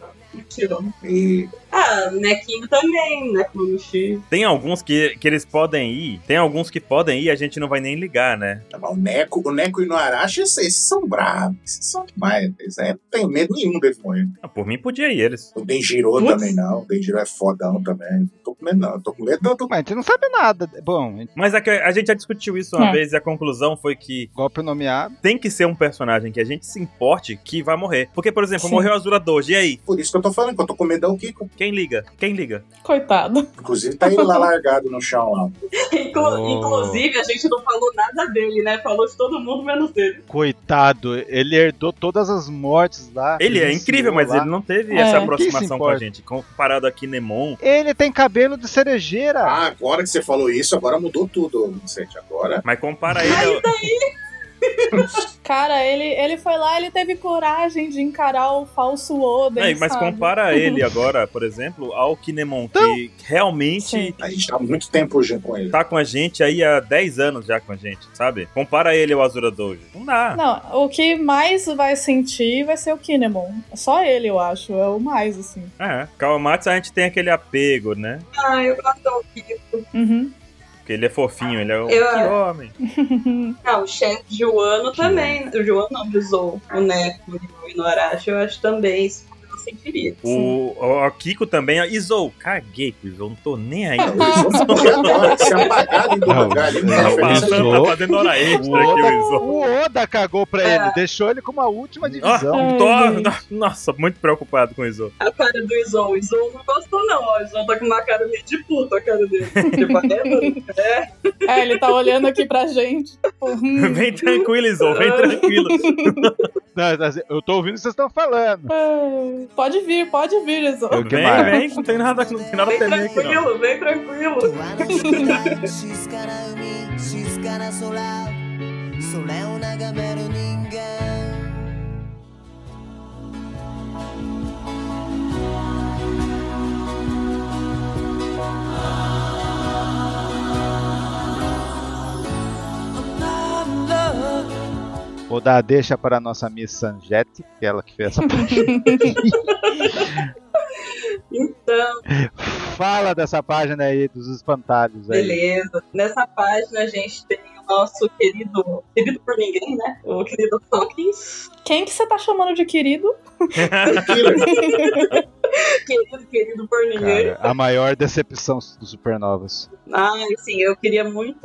Speaker 5: E
Speaker 3: Ah, Nequinho também, né, Nequinho no X.
Speaker 2: Tem alguns que, que eles podem ir, tem alguns que podem ir e a gente não vai nem ligar, né?
Speaker 5: tá bom, o Neco, o Neco e o Noarashi, esses, esses são bravos, esses são demais. Eles, é, não tenho medo nenhum deles morrer.
Speaker 2: Ah, por mim podia ir eles.
Speaker 5: O Denjiro
Speaker 3: Putz.
Speaker 5: também não, o Denjiro é fodão também. Não tô com medo, não. Tô com medo do- do
Speaker 1: Mas a gente não sabe nada. Bom,
Speaker 2: Mas é que a gente já discutiu isso uma
Speaker 4: É.
Speaker 2: vez e a conclusão foi que
Speaker 1: golpe nomeado.
Speaker 2: tem que ser um personagem que a gente se importe que vai morrer. Porque, por exemplo,
Speaker 4: Sim.
Speaker 2: morreu a Azura Doji, e aí?
Speaker 5: Por isso que eu tô falando, que eu tô com medo é o Kiko.
Speaker 2: Quem liga? Quem liga?
Speaker 4: Coitado.
Speaker 5: Inclusive, tá ele lá largado no chão lá.
Speaker 3: Inclu-
Speaker 1: Oh.
Speaker 3: Inclusive, a gente não falou nada dele, né? Falou de todo mundo menos dele.
Speaker 1: Coitado, ele herdou todas as mortes lá.
Speaker 2: Ele é incrível, mas ele não teve
Speaker 4: É.
Speaker 2: essa
Speaker 4: Quem se
Speaker 2: aproximação com a
Speaker 1: importa?
Speaker 2: gente. Comparado a Kinemon,
Speaker 1: Ele tem cabelo de cerejeira.
Speaker 5: Ah, agora que você falou isso, agora mudou tudo, Vicente. Agora.
Speaker 2: mas compara ele. ao-
Speaker 4: Cara, ele, ele foi lá, ele teve coragem de encarar o falso Oden.
Speaker 2: Não, mas
Speaker 4: sabe?
Speaker 2: compara ele agora, por exemplo, ao Kinemon, que realmente
Speaker 4: Então, Sim.
Speaker 5: A gente tá há muito tempo junto com ele.
Speaker 2: tá com a gente aí há 10 anos já com a gente, sabe? Compara ele ao Azura Dojo. Não dá.
Speaker 4: Não, o que mais vai sentir vai ser o Kinemon. Só ele, eu acho. É o mais, assim.
Speaker 2: É. Kawamatsu a gente tem aquele apego, né?
Speaker 3: Ah, eu gosto do Kiko.
Speaker 4: Uhum.
Speaker 2: Porque ele é fofinho, ele é um
Speaker 3: Eu-
Speaker 2: que homem.
Speaker 3: Ah, o chefe Joano também. O Joano não usou o Neco e o Norashi, eu acho também. Isso eu sentiria.
Speaker 2: O, o- o Kiko também. é- Izou, caguei pro Izou, não tô nem aí.
Speaker 5: Não, eles vão morrer agora, se apagaram do
Speaker 1: Não,
Speaker 5: lugar ali.
Speaker 3: É,
Speaker 1: não,
Speaker 5: né,
Speaker 2: Tá
Speaker 1: o
Speaker 5: Felipe?
Speaker 2: passando, tá
Speaker 1: Izou-
Speaker 2: fazendo hora
Speaker 1: O
Speaker 2: extra aqui o
Speaker 1: Oda,
Speaker 2: Izou.
Speaker 1: o Oda cagou pra ele, deixou ele como a última divisão.
Speaker 4: Ai,
Speaker 2: Ah, Tô-
Speaker 4: gente.
Speaker 2: nossa, muito preocupado com o Izou.
Speaker 3: A cara do Izon. O Izon não gostou, não. Ó, o Izon tá com uma cara meio de puto a cara dele. Tipo, é,
Speaker 4: É, ele tá olhando aqui pra gente. Tipo, hum.
Speaker 2: Vem tranquilo, Izou, vem tranquilo.
Speaker 1: Não, assim, Eu tô ouvindo o que vocês estão falando.
Speaker 4: Ai, Pode vir, pode vir, Izão.
Speaker 1: Eu- O que
Speaker 2: Vem,
Speaker 1: mais?
Speaker 2: vem, não tem nada, não tem nada a
Speaker 3: vem
Speaker 2: temer aqui não.
Speaker 3: tranquilo, vem tranquilo.
Speaker 6: 永遠の光静かな海静かな空それを眺める人間
Speaker 1: Vou dar a deixa para a nossa Miss Sanjete, que é ela que fez essa página.
Speaker 3: Então,
Speaker 1: Fala dessa página aí, dos espantalhos aí.
Speaker 3: beleza. Nessa página a gente tem o nosso querido, querido por ninguém, né? O querido Hawkins.
Speaker 4: Quem que você tá chamando de querido?
Speaker 5: Killer.
Speaker 3: Querido, querido por ninguém.
Speaker 1: Cara, a maior decepção dos supernovas.
Speaker 3: Ah, sim, eu queria muito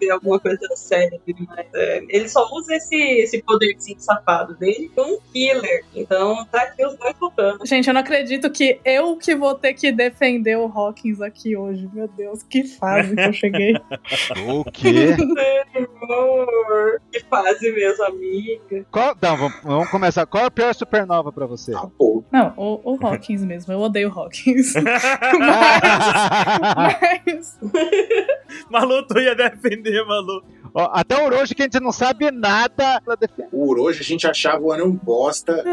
Speaker 3: ver alguma coisa da série, mas é, ele só usa esse, esse poderzinho safado dele com um killer. Então tá aqui os dois lutando.
Speaker 4: Gente, eu não acredito que eu que vou ter que defender o Hawkins aqui hoje. Meu Deus, que fase que eu cheguei.
Speaker 1: O quê?
Speaker 3: Senhor, que fase mesmo, amiga.
Speaker 1: Qual, não, vamos, vamos começar. Qual é a pior supernova pra você?
Speaker 5: Ah, pô.
Speaker 4: Não, o, o Hawkins mesmo. Eu odeio o Hawkins. Mas...
Speaker 2: Malu, tu ia defender, Malu.
Speaker 1: Ó, até o Orochi, que a gente não sabe nada, ela defende.
Speaker 5: O Uroji a gente achava o ano um bosta.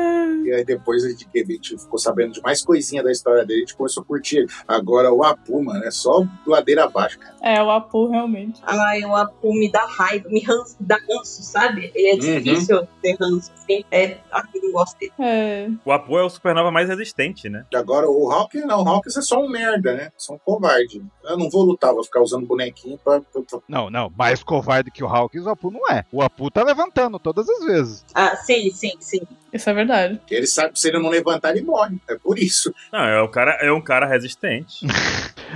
Speaker 5: E aí depois a gente, que a gente ficou sabendo de mais coisinha da história dele, a gente começou a curtir ele. Agora o Apu, mano, é só ladeira abaixo, cara.
Speaker 4: É, o Apu realmente.
Speaker 3: Ai, o Apu me dá raiva, me ranço, dá ranço, sabe? É
Speaker 5: Uhum.
Speaker 3: difícil ter ranço, assim. É, ai, eu não gosto dele.
Speaker 4: É.
Speaker 2: O Apu é o supernova mais resistente, né?
Speaker 5: E Agora o Hawkins não, o Hawkins é só um merda, né? Só um covarde. Eu não vou lutar, vou ficar usando bonequinho pra. pra- pra-
Speaker 1: Não, não, mais covarde que o Hawkins, o Apu não é. O Apu tá levantando todas as vezes.
Speaker 3: Ah, sim, sim, sim.
Speaker 4: Isso é verdade.
Speaker 5: Porque ele sabe que se ele não levantar, ele morre. É por isso.
Speaker 2: Não, é um cara, é um cara resistente.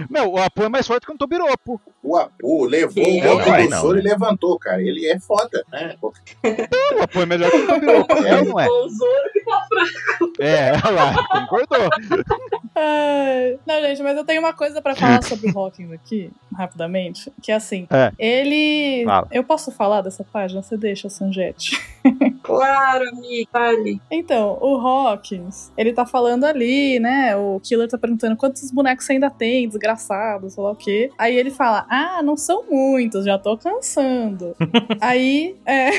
Speaker 1: Meu, o Apu é mais forte que um Tobiropo.
Speaker 5: O Apu levou
Speaker 3: Sim.
Speaker 5: o outro
Speaker 2: Não, aí
Speaker 5: do
Speaker 2: não,
Speaker 5: soro e
Speaker 2: né?
Speaker 5: levantou, cara. Ele é foda, né?
Speaker 1: O Apu é melhor que um Tobiropo, é ou não é?
Speaker 3: O Zoro que tá fraco.
Speaker 1: É, olha lá, concordou.
Speaker 4: Ai. É, Não, gente, mas eu tenho uma coisa pra falar sobre o Hawkins aqui, rapidamente. Que é assim,
Speaker 1: É.
Speaker 4: ele.
Speaker 1: Fala.
Speaker 4: Eu posso falar dessa página? Você deixa, Sanjete.
Speaker 3: Claro, amiga, vale.
Speaker 4: Então, o Hawkins, ele tá falando ali, né? O Killer tá perguntando quantos bonecos você ainda tem, desgraçado, sei lá o quê. Aí ele fala: Ah, não são muitos, já tô cansando. Aí, é,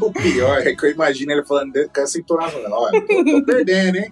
Speaker 5: O pior é que eu imagino ele falando, cara, sem tornar. né? Olha, tô, tô perdendo, hein?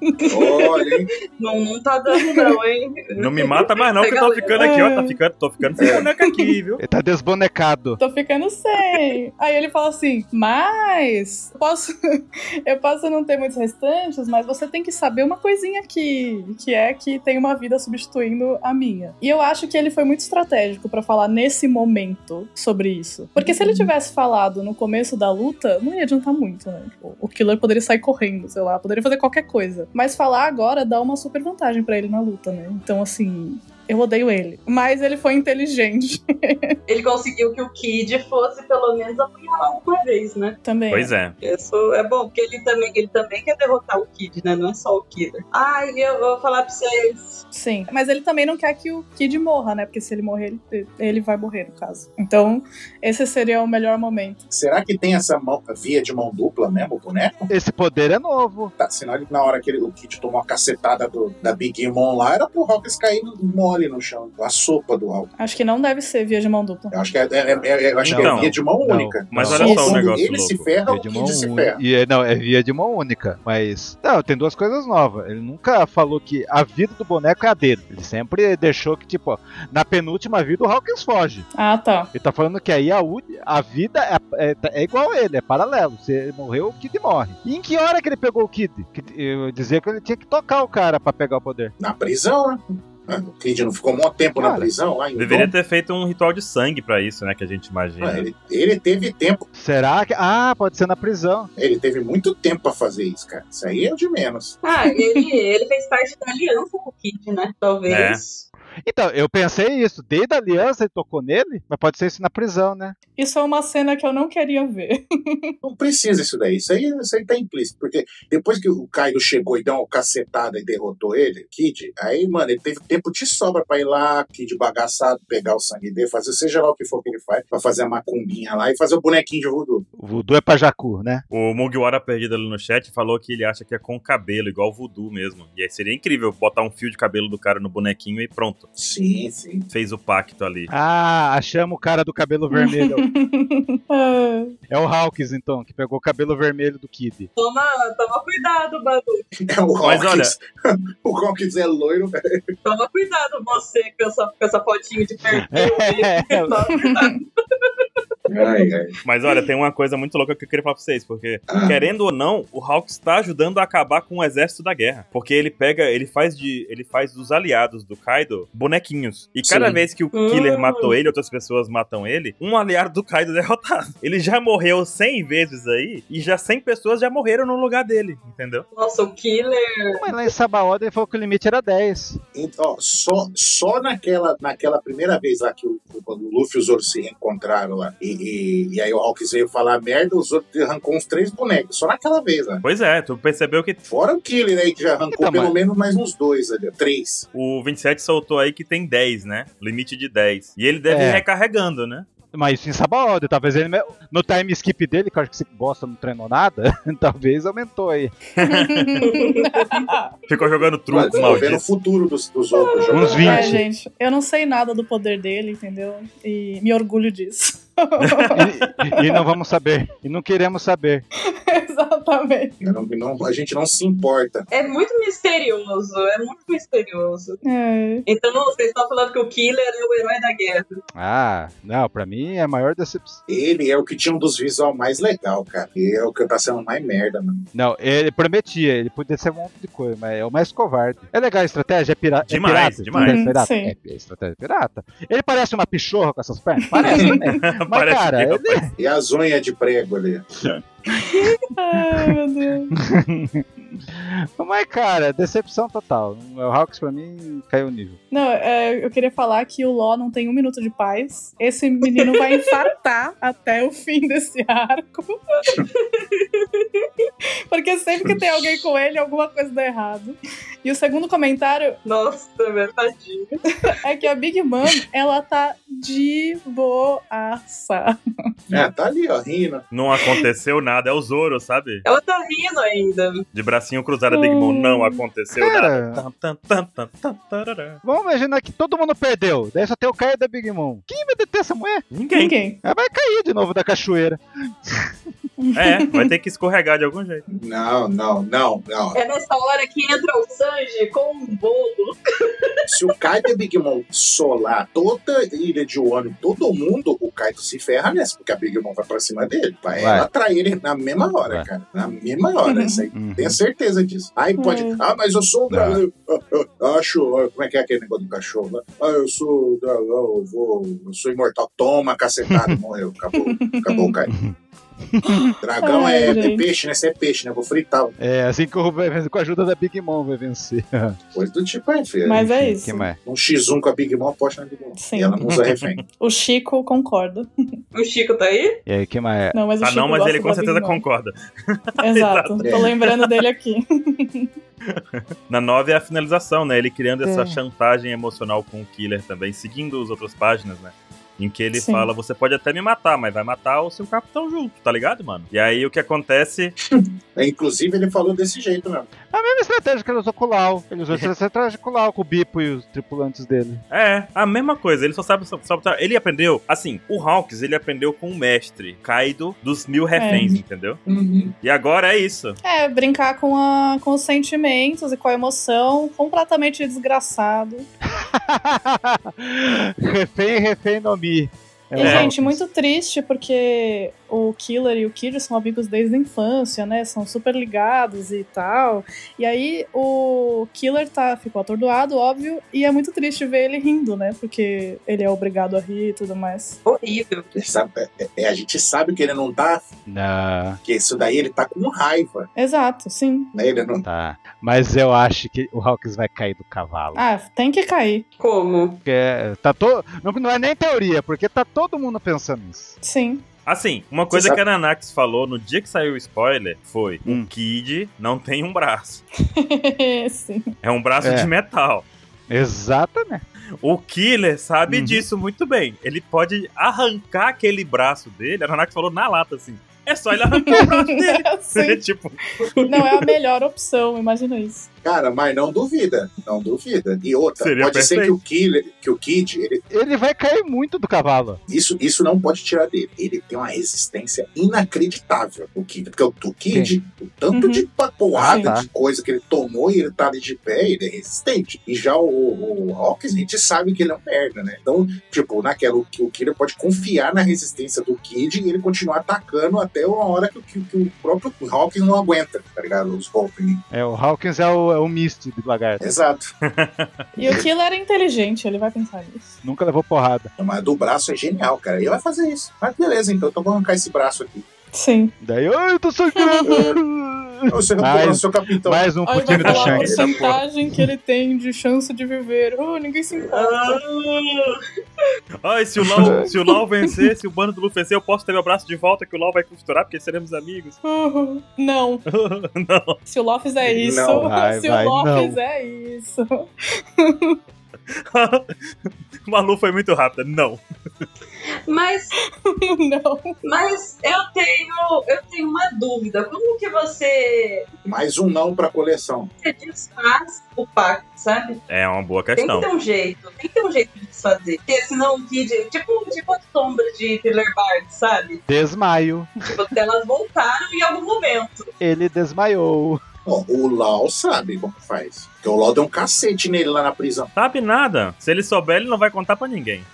Speaker 5: Olha, hein?
Speaker 3: Não, não tá dando, não, hein?
Speaker 2: Não me mata mais não, que eu tô ficando aqui, ó. Tá ficando, tô ficando sem boneca aqui, viu?
Speaker 1: Ele tá desbonecado.
Speaker 4: Tô ficando sem. Aí ele fala assim: Mas eu posso, eu posso não ter muitos restantes, mas você tem que saber uma coisinha aqui, que é que tem uma vida substituindo a minha. E eu acho que ele foi muito estratégico pra falar nesse momento sobre isso. Porque se ele tivesse falado no começo da luta, não ia adiantar muito, né? Tipo, O killer poderia sair correndo, sei lá, poderia fazer qualquer coisa. Mas falar agora dá uma super vantagem pra ele na luta, né? Então, assim, eu odeio ele. Mas ele foi inteligente
Speaker 3: Ele conseguiu que o Kid fosse pelo menos apunhalar uma vez, né?
Speaker 4: também.
Speaker 2: Pois é.
Speaker 3: Isso é bom, porque ele também, ele também quer derrotar o Kid, né? Não é só o Killer. Ai, eu vou falar pra vocês.
Speaker 4: Sim, mas ele também não quer que o Kid morra, né? Porque se ele morrer, ele, ele vai morrer, no caso. Então, esse seria o melhor momento.
Speaker 5: Será que tem essa mão- via de mão dupla mesmo, o boneco?
Speaker 1: Esse poder é novo.
Speaker 5: Tá, senão ele, na hora que ele, o Kid tomou a cacetada do, da Big Mom lá, era pro Hawkins cair no- mole no chão. A sopa do Hawkins.
Speaker 4: Acho que não deve ser via de mão dupla.
Speaker 5: Eu acho que é, é- é- é- eu acho que é
Speaker 2: Então,
Speaker 5: via de mão
Speaker 1: não,
Speaker 5: única.
Speaker 2: mas
Speaker 1: Não.
Speaker 2: olha só
Speaker 5: Quando
Speaker 2: o negócio
Speaker 5: Ele se
Speaker 2: louco.
Speaker 5: ferra,
Speaker 1: Via
Speaker 5: o
Speaker 1: É de
Speaker 5: Kid
Speaker 1: mão
Speaker 5: se
Speaker 1: única.
Speaker 5: ferra.
Speaker 1: E é- não, é via de mão única. Mas. Não, tem duas coisas novas. Ele nunca falou que a vida do boneco é a dele. Ele sempre deixou que, tipo, ó, na penúltima vida o Hawkins foge.
Speaker 4: Ah, tá.
Speaker 1: Ele tá falando que aí a, uni- a vida é, é- é igual a ele, é paralelo. Se ele morreu, o Kid morre. E em que hora que ele pegou o Kid? Que, eu dizia que ele tinha que tocar o cara pra pegar o poder.
Speaker 5: Na prisão, né? Ah, O Kid não ficou um bom tempo na
Speaker 1: Cara,
Speaker 5: prisão lá em
Speaker 2: Deveria
Speaker 5: Dom?
Speaker 2: ter feito um ritual de sangue pra isso, né? Que a gente
Speaker 5: Ah,
Speaker 2: imagina.
Speaker 5: ele, ele teve tempo,
Speaker 1: Será que. Ah, pode ser na prisão.
Speaker 5: ele teve muito tempo pra fazer isso, cara. Isso aí é o de menos.
Speaker 3: Ah, ele, ele fez parte da aliança com o Kid, né? Talvez.
Speaker 1: Então, eu pensei isso. Desde a aliança ele tocou nele, mas pode ser isso na prisão, né?
Speaker 4: Isso é uma cena que eu não queria ver.
Speaker 5: Não precisa isso daí. Isso aí, isso aí tá implícito. Porque depois que o Kaido chegou e deu uma cacetada e derrotou ele, Kid, aí, mano, ele teve tempo de sobra pra ir lá, Kid bagaçado, pegar o sangue dele, fazer seja lá o que for que ele faz, pra fazer a macumbinha lá e fazer o bonequinho de voodoo.
Speaker 1: O voodoo é pra Jacu, né?
Speaker 2: O Mugiwara perdido ali no chat falou que ele acha que é com cabelo, igual o voodoo mesmo. E aí seria incrível botar um fio de cabelo do cara no bonequinho e pronto.
Speaker 5: Sim, sim.
Speaker 2: Fez o pacto ali.
Speaker 1: Ah, achamos o cara do cabelo vermelho.
Speaker 4: Ah,
Speaker 1: é o Hawkins, então, que pegou o cabelo vermelho do Kid.
Speaker 3: Toma, toma cuidado, Baru.
Speaker 5: É o
Speaker 2: Mas
Speaker 5: Hawkins. o Hawkins é loiro, velho.
Speaker 3: Toma cuidado você com essa, com essa fotinho de perfil.
Speaker 1: É,
Speaker 3: Toma cuidado.
Speaker 5: Ai, ai.
Speaker 2: Mas olha, tem uma coisa muito louca que eu queria falar pra vocês, porque,
Speaker 5: Ah.
Speaker 2: querendo ou não, o Hawks tá ajudando a acabar com o exército da guerra. Porque ele pega, ele faz de. ele faz dos aliados do Kaido bonequinhos. E cada
Speaker 5: Sim.
Speaker 2: vez que o
Speaker 3: Hum.
Speaker 2: Killer matou ele, outras pessoas matam ele, um aliado do Kaido é derrotado. Ele já morreu 100 vezes aí, e já 100 pessoas já morreram no lugar dele, entendeu?
Speaker 3: Nossa, o Killer.
Speaker 1: mas lá em Sabaoda ele falou que o limite era 10.
Speaker 5: Então, ó, só, só naquela, naquela primeira vez lá que o, o Luffy e o Zoro se reencontraram lá, e, e, e aí o Hawkins veio falar merda, o Zoro arrancou uns três bonecos, só naquela vez, né?
Speaker 2: Pois é, tu percebeu que
Speaker 5: Fora o Killer aí, que já arrancou
Speaker 1: Então,
Speaker 5: pelo
Speaker 1: mas-
Speaker 5: menos mais uns dois ali, ó, três.
Speaker 2: o 27 soltou aí que tem 10, né? Limite de 10. E ele deve
Speaker 1: É.
Speaker 2: ir recarregando, né?
Speaker 1: Mas isso em Sabaoda, talvez ele. me- No time skip dele, que eu acho que esse bosta não treinou nada, talvez aumentou aí.
Speaker 2: Ficou jogando
Speaker 5: Mas
Speaker 2: truco,
Speaker 5: tô Tá vendo o
Speaker 2: maldito.
Speaker 5: futuro dos, dos outros jogos.
Speaker 1: Uns 20.
Speaker 4: é, gente, eu não sei nada do poder dele, entendeu? E me orgulho disso.
Speaker 1: E, e não vamos saber. E não queremos saber.
Speaker 4: Exatamente.
Speaker 5: Eu não- um não- a gente não se importa.
Speaker 3: É muito misterioso. É muito misterioso.
Speaker 4: É.
Speaker 3: Então, não, vocês estão falando que o Killer é o herói da guerra.
Speaker 1: Ah, não, pra mim é a maior decepção.
Speaker 5: Ele é o que tinha um dos visual mais legal, cara. E é o que tá sendo mais merda, mano.
Speaker 1: Não, ele prometia, ele podia ser um monte de coisa, mas é o mais covarde. É legal a estratégia, é, pira
Speaker 2: Demais,
Speaker 1: é pirata.
Speaker 2: demais.
Speaker 1: estratégia pirata.
Speaker 4: Sim.
Speaker 1: É, é estratégia pirata. Ele parece uma pichorra com essas pernas? Parece também. Mas,
Speaker 2: Parece
Speaker 1: cara,
Speaker 2: que-
Speaker 1: ele
Speaker 5: E as unhas de prego ali.
Speaker 4: Ai, meu Deus.
Speaker 1: Mas, cara, decepção total. O Hawks, pra mim, caiu o nível.
Speaker 4: Não, é, eu queria falar que o Ló não tem um minuto de paz. Esse menino vai infartar até o fim desse arco. Porque sempre que tem alguém com ele, alguma coisa dá errado. E o segundo comentário
Speaker 3: Nossa, velho, tadinho.
Speaker 4: é que a Big Mom, ela tá de boaça.
Speaker 5: É, tá ali, ó, rindo.
Speaker 2: Não aconteceu nada, é o Zoro, sabe?
Speaker 3: Ela tá rindo ainda.
Speaker 2: De bracinho cruzado, Big Mom, não aconteceu nada.
Speaker 1: Cara,
Speaker 2: Tan, tan, tan, tan, tan, tarará.
Speaker 1: vamos imaginar que todo mundo perdeu. Daí só tem o Caio da Big Mom. Quem vai deter essa mulher?
Speaker 2: Ninguém.
Speaker 4: Ninguém.
Speaker 1: Ela vai cair de novo da cachoeira.
Speaker 2: É, vai ter que escorregar de algum jeito.
Speaker 5: Não, não, não, não.
Speaker 3: É nessa hora que entra o Sanji com um bolo.
Speaker 5: se o Kaito e a Big Mom solar toda ilha de Wano, todo mundo, o Kaito se ferra nessa, porque a Big Mom vai pra cima dele. Vai,
Speaker 1: Vai.
Speaker 5: ela atrai ele na mesma hora,
Speaker 1: Vai.
Speaker 5: cara. Na mesma hora. Isso aí,
Speaker 1: Uhum.
Speaker 5: Tenho certeza disso. Aí pode.
Speaker 4: É.
Speaker 5: Ah, mas eu sou um dragão. Eu, eu- eu acho. ah, Como é que é aquele negócio do cachorro lá? Ah, eu sou o dragão, eu vou. Eu sou imortal. Toma, cacetado, morreu. Acabou. Acabou o Kaito. Dragão é,
Speaker 4: Ai,
Speaker 5: é
Speaker 4: gente.
Speaker 5: peixe, né? Você é peixe, né? Eu vou fritar.
Speaker 1: É, assim que o Ruby vai vencer, com a ajuda da Big Mom vai vencer.
Speaker 5: Coisa do tipo aí, filho.
Speaker 4: Mas é
Speaker 1: Enfim,
Speaker 4: isso.
Speaker 1: Que mais?
Speaker 5: Um X1 com a Big Mom, aposta na Big Mom.
Speaker 4: Sim.
Speaker 5: E ela não usa refém.
Speaker 4: O Chico concorda.
Speaker 3: O Chico tá aí?
Speaker 1: E aí, que mais?
Speaker 4: Não, mas o
Speaker 2: Ah,
Speaker 4: Chico
Speaker 2: não, mas
Speaker 4: gosta
Speaker 2: ele com
Speaker 4: da
Speaker 2: certeza
Speaker 4: Big Mom.
Speaker 2: concorda.
Speaker 4: Exato.
Speaker 5: Exato.
Speaker 4: Tô lembrando dele aqui.
Speaker 2: Na 9 é a finalização, né? Ele criando essa
Speaker 1: É.
Speaker 2: chantagem emocional com o Killer também, seguindo as outras páginas, né? Em que ele
Speaker 4: Sim.
Speaker 2: fala, você pode até me matar, mas vai matar o seu capitão junto, tá ligado, mano? E aí o que acontece
Speaker 5: É, Inclusive, ele falou desse jeito mesmo.
Speaker 1: É A mesma estratégia que ele usou com o Lau. Ele usou a estratégia com o Lau, com o Bipo e os tripulantes dele.
Speaker 2: é a mesma coisa, ele só sabe, só, só- ele aprendeu, assim, o Hawks, ele aprendeu com o mestre, Kaido, dos mil reféns, entendeu? E agora é isso.
Speaker 4: É, brincar com, a, com os sentimentos e com a emoção. Completamente desgraçado.
Speaker 1: refém, refém no Mi. É
Speaker 4: E,
Speaker 1: o
Speaker 4: gente,
Speaker 1: Hawkins.
Speaker 4: muito triste porque o Killer e o Kid são amigos desde a infância, né? São super ligados e tal. E aí o Killer tá, ficou atordoado, óbvio, e é muito triste ver ele rindo, né? Porque ele é obrigado a rir e tudo mais.
Speaker 3: Horrível.
Speaker 5: Ele sabe- é- é- a gente sabe que ele não tá.
Speaker 1: Não,
Speaker 5: Que isso daí ele tá com raiva.
Speaker 4: Exato, sim.
Speaker 5: Né? Ele não.
Speaker 1: tá. Mas eu acho que o Hawkins vai cair do cavalo.
Speaker 4: Ah, tem que cair.
Speaker 3: Como?
Speaker 1: Porque tá to... não, não é nem teoria, porque tá todo mundo pensando nisso.
Speaker 4: Sim.
Speaker 2: Assim, uma coisa
Speaker 5: sabe-
Speaker 2: que a Nanax falou no dia que saiu o spoiler foi:
Speaker 1: Hum.
Speaker 2: o Kid não tem um braço.
Speaker 4: sim.
Speaker 2: É um braço
Speaker 1: É.
Speaker 2: de metal.
Speaker 1: Exatamente.
Speaker 2: O Killer sabe
Speaker 1: Uhum.
Speaker 2: disso muito bem. Ele pode arrancar aquele braço dele. A Nanax falou na lata assim: é só ele arrancar o braço dele.
Speaker 4: sim.
Speaker 2: tipo,
Speaker 4: Não é a melhor opção, imagina isso.
Speaker 5: Cara, mas não duvida. Não duvida. E outra,
Speaker 2: Seria
Speaker 5: pode ser
Speaker 2: perfeito.
Speaker 5: que o Killer, que o Kid, ele-
Speaker 1: Ele vai cair muito do cavalo.
Speaker 5: isso, isso não pode tirar dele. Ele tem uma resistência inacreditável, o Kid. Porque o, o Kid, o tanto
Speaker 2: Uhum.
Speaker 5: de papoada
Speaker 1: Ah, tá.
Speaker 5: de coisa que ele tomou e ele tá ali de pé, ele é resistente. E já o, o, o Hawkins, a gente sabe que ele é um merda, né? Então, tipo, naquela, o, o Killer pode confiar na resistência do Kid e ele continuar atacando até uma hora que, o- que, o- que o próprio Hawkins não aguenta, tá ligado? Os golpes.
Speaker 1: É, o Hawkins é o, é o Mist de lagarto.
Speaker 5: Exato.
Speaker 4: E o Killer é inteligente, ele vai pensar nisso.
Speaker 1: Nunca levou porrada.
Speaker 5: Mas do braço é genial, cara. Ele vai fazer isso. Mas beleza, então, então vou arrancar esse braço aqui.
Speaker 4: Sim.
Speaker 1: Daí, ai, eu tô sangrando.
Speaker 5: Você não
Speaker 1: Mas-
Speaker 5: pulou seu capitão.
Speaker 1: Mais um
Speaker 4: Aí
Speaker 1: pro
Speaker 4: vai
Speaker 1: time do
Speaker 4: falar a
Speaker 1: Shanks.
Speaker 2: essa porra.
Speaker 4: porcentagem que ele tem de chance de viver. Oh, ninguém se importa.
Speaker 3: Ah,
Speaker 2: ai, se o Lau, se o Lau vencer, se o bando do Luffy vencer, eu posso ter meu braço de volta que o Lau vai costurar porque seremos amigos.
Speaker 4: Uhum. Não,
Speaker 2: Ah. não.
Speaker 4: se o Ló fizer isso,
Speaker 5: Não,
Speaker 1: vai,
Speaker 4: se
Speaker 1: vai,
Speaker 4: o Ló
Speaker 1: não.
Speaker 4: fizer isso.
Speaker 2: Malu foi muito rápida. Não.
Speaker 3: Mas,
Speaker 4: não.
Speaker 3: mas eu tenho. Eu tenho uma dúvida. Como que você,
Speaker 5: Mais um não pra coleção.
Speaker 3: você desfaz o pacto, sabe?
Speaker 2: É uma boa
Speaker 3: Tem
Speaker 2: questão.
Speaker 1: Então-
Speaker 3: que ter um jeito. Tem que ter um jeito de desfazer. Porque senão o Kid. Tipo, tipo a sombra de Thriller Bard, sabe?
Speaker 1: Desmaio.
Speaker 3: Tipo, elas voltaram em algum momento.
Speaker 1: Ele desmaiou.
Speaker 5: Ó, o Lau sabe como faz. Porque o Lau deu um cacete nele lá na prisão.
Speaker 2: Sabe nada. Se ele souber, ele não vai contar pra ninguém.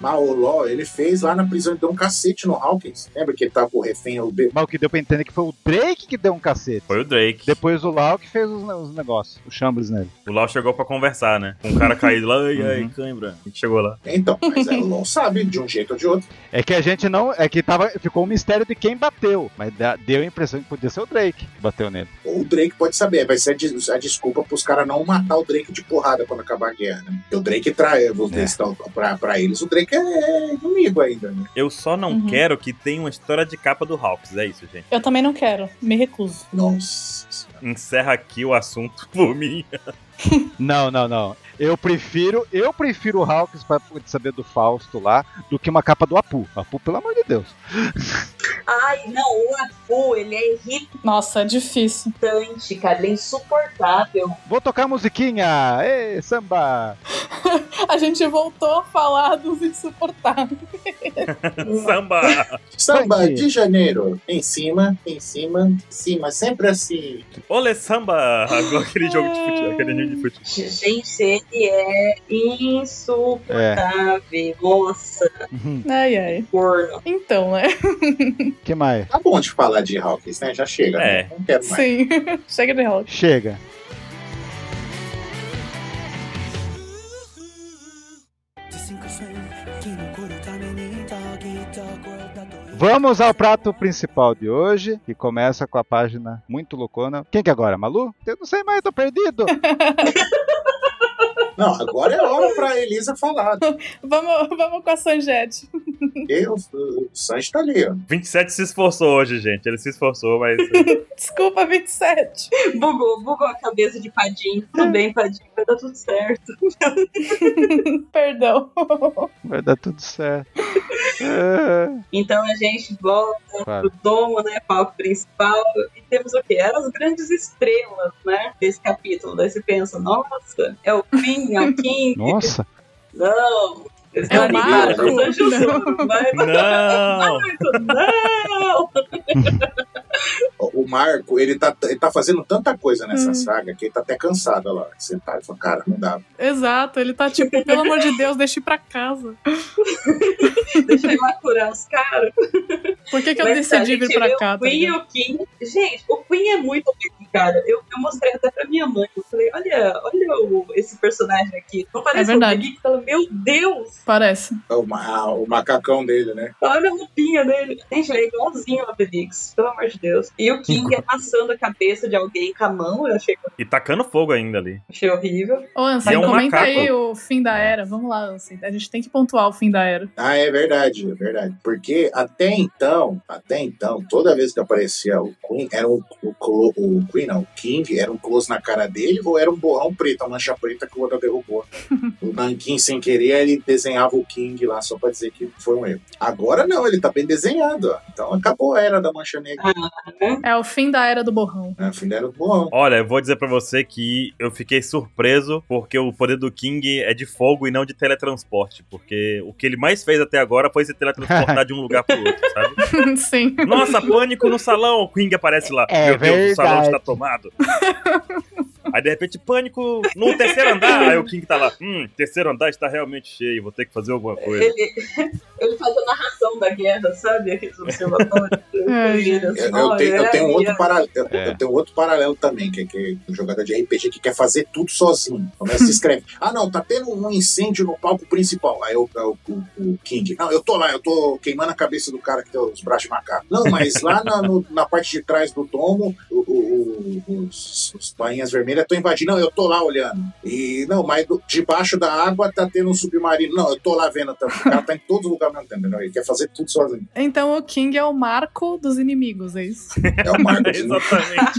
Speaker 5: Mas o Lau, ele fez lá na prisão, ele deu um cacete no Hawkins. Lembra que ele tava com o refém, o B.
Speaker 1: Mas o que deu pra entender é que foi o Drake que deu um cacete.
Speaker 2: Foi o Drake.
Speaker 1: Depois o Lau que fez os, os negócios, os chambres nele.
Speaker 2: O Lau chegou pra conversar, né? Com um cara caído lá. Ai, ai,
Speaker 1: Uhum.
Speaker 2: cãibra. A gente chegou lá.
Speaker 5: Então, mas é, o Lau sabe de um jeito ou de outro.
Speaker 1: É que a gente não. É que tava, ficou um mistério de quem bateu. Mas dá- deu a impressão que podia ser o Drake que bateu nele.
Speaker 5: Ou o Drake pode saber. Vai ser a, des- a desculpa pros caras não matar o Drake de porrada quando acabar a guerra, né? Porque o Drake trai,
Speaker 1: É.
Speaker 5: vocês estão pra, pra eles, o Drake é inimigo ainda, né?
Speaker 2: Eu só não
Speaker 4: Uhum.
Speaker 2: quero que tenha uma história de capa do Hawks. É isso, gente.
Speaker 4: Eu também não quero, me recuso.
Speaker 5: Nossa.
Speaker 2: Encerra aqui o assunto por mim.
Speaker 1: Não, não, não. Eu prefiro, eu prefiro o Hawks pra saber do Fausto lá do que uma capa do Apu. Apu, pelo amor de Deus.
Speaker 3: Ai, não, o Apu, ele é irritante,
Speaker 4: Nossa, é difícil.
Speaker 3: cara. Ele é insuportável.
Speaker 1: Vou tocar a musiquinha! Ê, samba!
Speaker 4: A gente voltou a falar dos insuportáveis.
Speaker 2: Samba!
Speaker 5: Samba
Speaker 1: Vai que-
Speaker 5: de janeiro. Em cima, em cima, em cima, sempre assim.
Speaker 2: Olê, samba! Igual aquele jogo de futebol, aquele de, de futebol.
Speaker 3: Gente, ele é insuportável. Nossa,
Speaker 1: É. Uhum.
Speaker 4: Ai, ai.
Speaker 3: corno.
Speaker 4: Então, né?
Speaker 1: que mais?
Speaker 5: Tá bom de falar de Hawkins, né? Já chega.
Speaker 2: É.
Speaker 5: né? Não quero mais.
Speaker 4: Sim. Chega de rock.
Speaker 1: Chega.
Speaker 6: tá
Speaker 1: Vamos ao prato principal de hoje, que começa com a página muito loucona. Quem que é agora? Malu? Eu não sei mais, tô perdido.
Speaker 5: Não, agora é hora pra Elisa falar.
Speaker 4: Vamos, vamos com a Sanjete.
Speaker 5: Eu, o Sanji tá ali, ó.
Speaker 2: 27 se esforçou hoje, gente. Ele se esforçou, mas.
Speaker 4: Desculpa, 27.
Speaker 3: Bugou, bugou a cabeça de Padinho.
Speaker 4: É.
Speaker 3: Tudo bem, Padinho, vai dar tudo certo.
Speaker 4: Perdão.
Speaker 1: Vai dar tudo certo. É.
Speaker 3: Então a gente volta
Speaker 1: Claro.
Speaker 3: pro domo, né? Palco principal. E temos o quê? Eram as grandes estrelas, né? Desse capítulo. Daí você pensa, nossa, é o Finn, é o King.
Speaker 1: Nossa,
Speaker 3: Não. Eles
Speaker 4: É o
Speaker 3: estão
Speaker 5: Marco.
Speaker 3: animados, né, Jesus? Vai,
Speaker 2: Não!
Speaker 3: Marco, não!
Speaker 5: O o Marco, ele tá, ele tá fazendo tanta coisa nessa
Speaker 4: Hum.
Speaker 5: saga que ele tá até cansado, olha lá. Sentado e falou, cara, não dá.
Speaker 4: Exato, ele tá tipo, pelo amor de Deus, deixa eu ir pra casa.
Speaker 3: Deixa eu macurar os caras.
Speaker 4: Por que, que eu
Speaker 3: Mas, tá, a
Speaker 4: decidi vir
Speaker 3: gente
Speaker 4: pra
Speaker 3: vê
Speaker 4: cá?
Speaker 3: O
Speaker 4: tá
Speaker 3: Queen e
Speaker 4: ligado?
Speaker 3: o Kim. Gente, o Queen é muito apelão, cara. Eu, eu mostrei até pra minha mãe. Eu falei, olha, olha o- esse personagem aqui. Não parece
Speaker 4: É verdade.
Speaker 3: o Queen? Eu falei, meu Deus,
Speaker 4: Parece.
Speaker 5: O, ma- o macacão dele, né?
Speaker 3: olha a roupinha dele. Gente, ele é igualzinho ao Obelix, pelo amor de Deus. E o King amassando a cabeça de alguém com a mão, eu achei,
Speaker 2: E tacando fogo ainda ali.
Speaker 3: achei horrível.
Speaker 4: Ô, Ansem,
Speaker 2: E é um
Speaker 4: comenta
Speaker 2: macaco.
Speaker 4: aí o fim da era. Vamos lá, Ansem. A gente tem que pontuar o fim da era.
Speaker 5: Ah, é verdade, é verdade. Porque até então, até então, toda vez que aparecia o Queen, era um, o, clo- o Queen, não, o King, era um close na cara dele ou era um borrão preto, a mancha preta que o Oda derrubou. o Nankin, sem querer, ele desenhava o King lá só pra dizer que foi um erro. Agora não, ele tá bem desenhado, ó. Então acabou a era da mancha negra.
Speaker 4: É o fim da era do borrão.
Speaker 5: Né? Afinal, era um borrão.
Speaker 2: Olha, eu vou dizer pra você que eu fiquei surpreso porque o poder do King é de fogo e não de teletransporte. Porque o que ele mais fez até agora foi se teletransportar de um lugar pro outro, sabe?
Speaker 4: Sim.
Speaker 2: Nossa, pânico no salão. O King aparece lá.
Speaker 1: É
Speaker 2: Meu Deus, o salão
Speaker 1: verdade.
Speaker 2: está tomado. Aí de repente, pânico no terceiro andar. Aí o King tá lá. Hum, terceiro andar está realmente cheio. Vou ter que fazer alguma coisa.
Speaker 3: Ele, ele faz a narração da guerra, sabe? Aqueles observatórios.
Speaker 4: Ai, gente.
Speaker 3: assim, Olha
Speaker 5: Eu,
Speaker 3: só,
Speaker 5: eu tenho, eu
Speaker 3: era
Speaker 5: tenho um
Speaker 3: guerra.
Speaker 5: outro paralelo, eu,
Speaker 1: É.
Speaker 5: eu tenho um outro paralelo também, que é que um jogador de RPG que quer fazer tudo sozinho. Começa e escreve. Ah, não, tá tendo um incêndio no palco principal. Aí o, é o, o- o King. Não, eu tô lá, eu tô queimando a cabeça do cara que tem os braços de macaco. Não, mas lá na, no- na parte de trás do domo, o- o- o- os, os bainhas vermelhas estão invadindo. Não, eu tô lá olhando. E não, mas do- debaixo da água tá tendo um submarino. Não, eu tô lá vendo também. O cara tá em todo lugar mesmo, entendeu? Ele quer fazer tudo sozinho.
Speaker 4: Então o King é o marco dos inimigos, é isso?
Speaker 5: É o Marco de novo.
Speaker 2: Exatamente.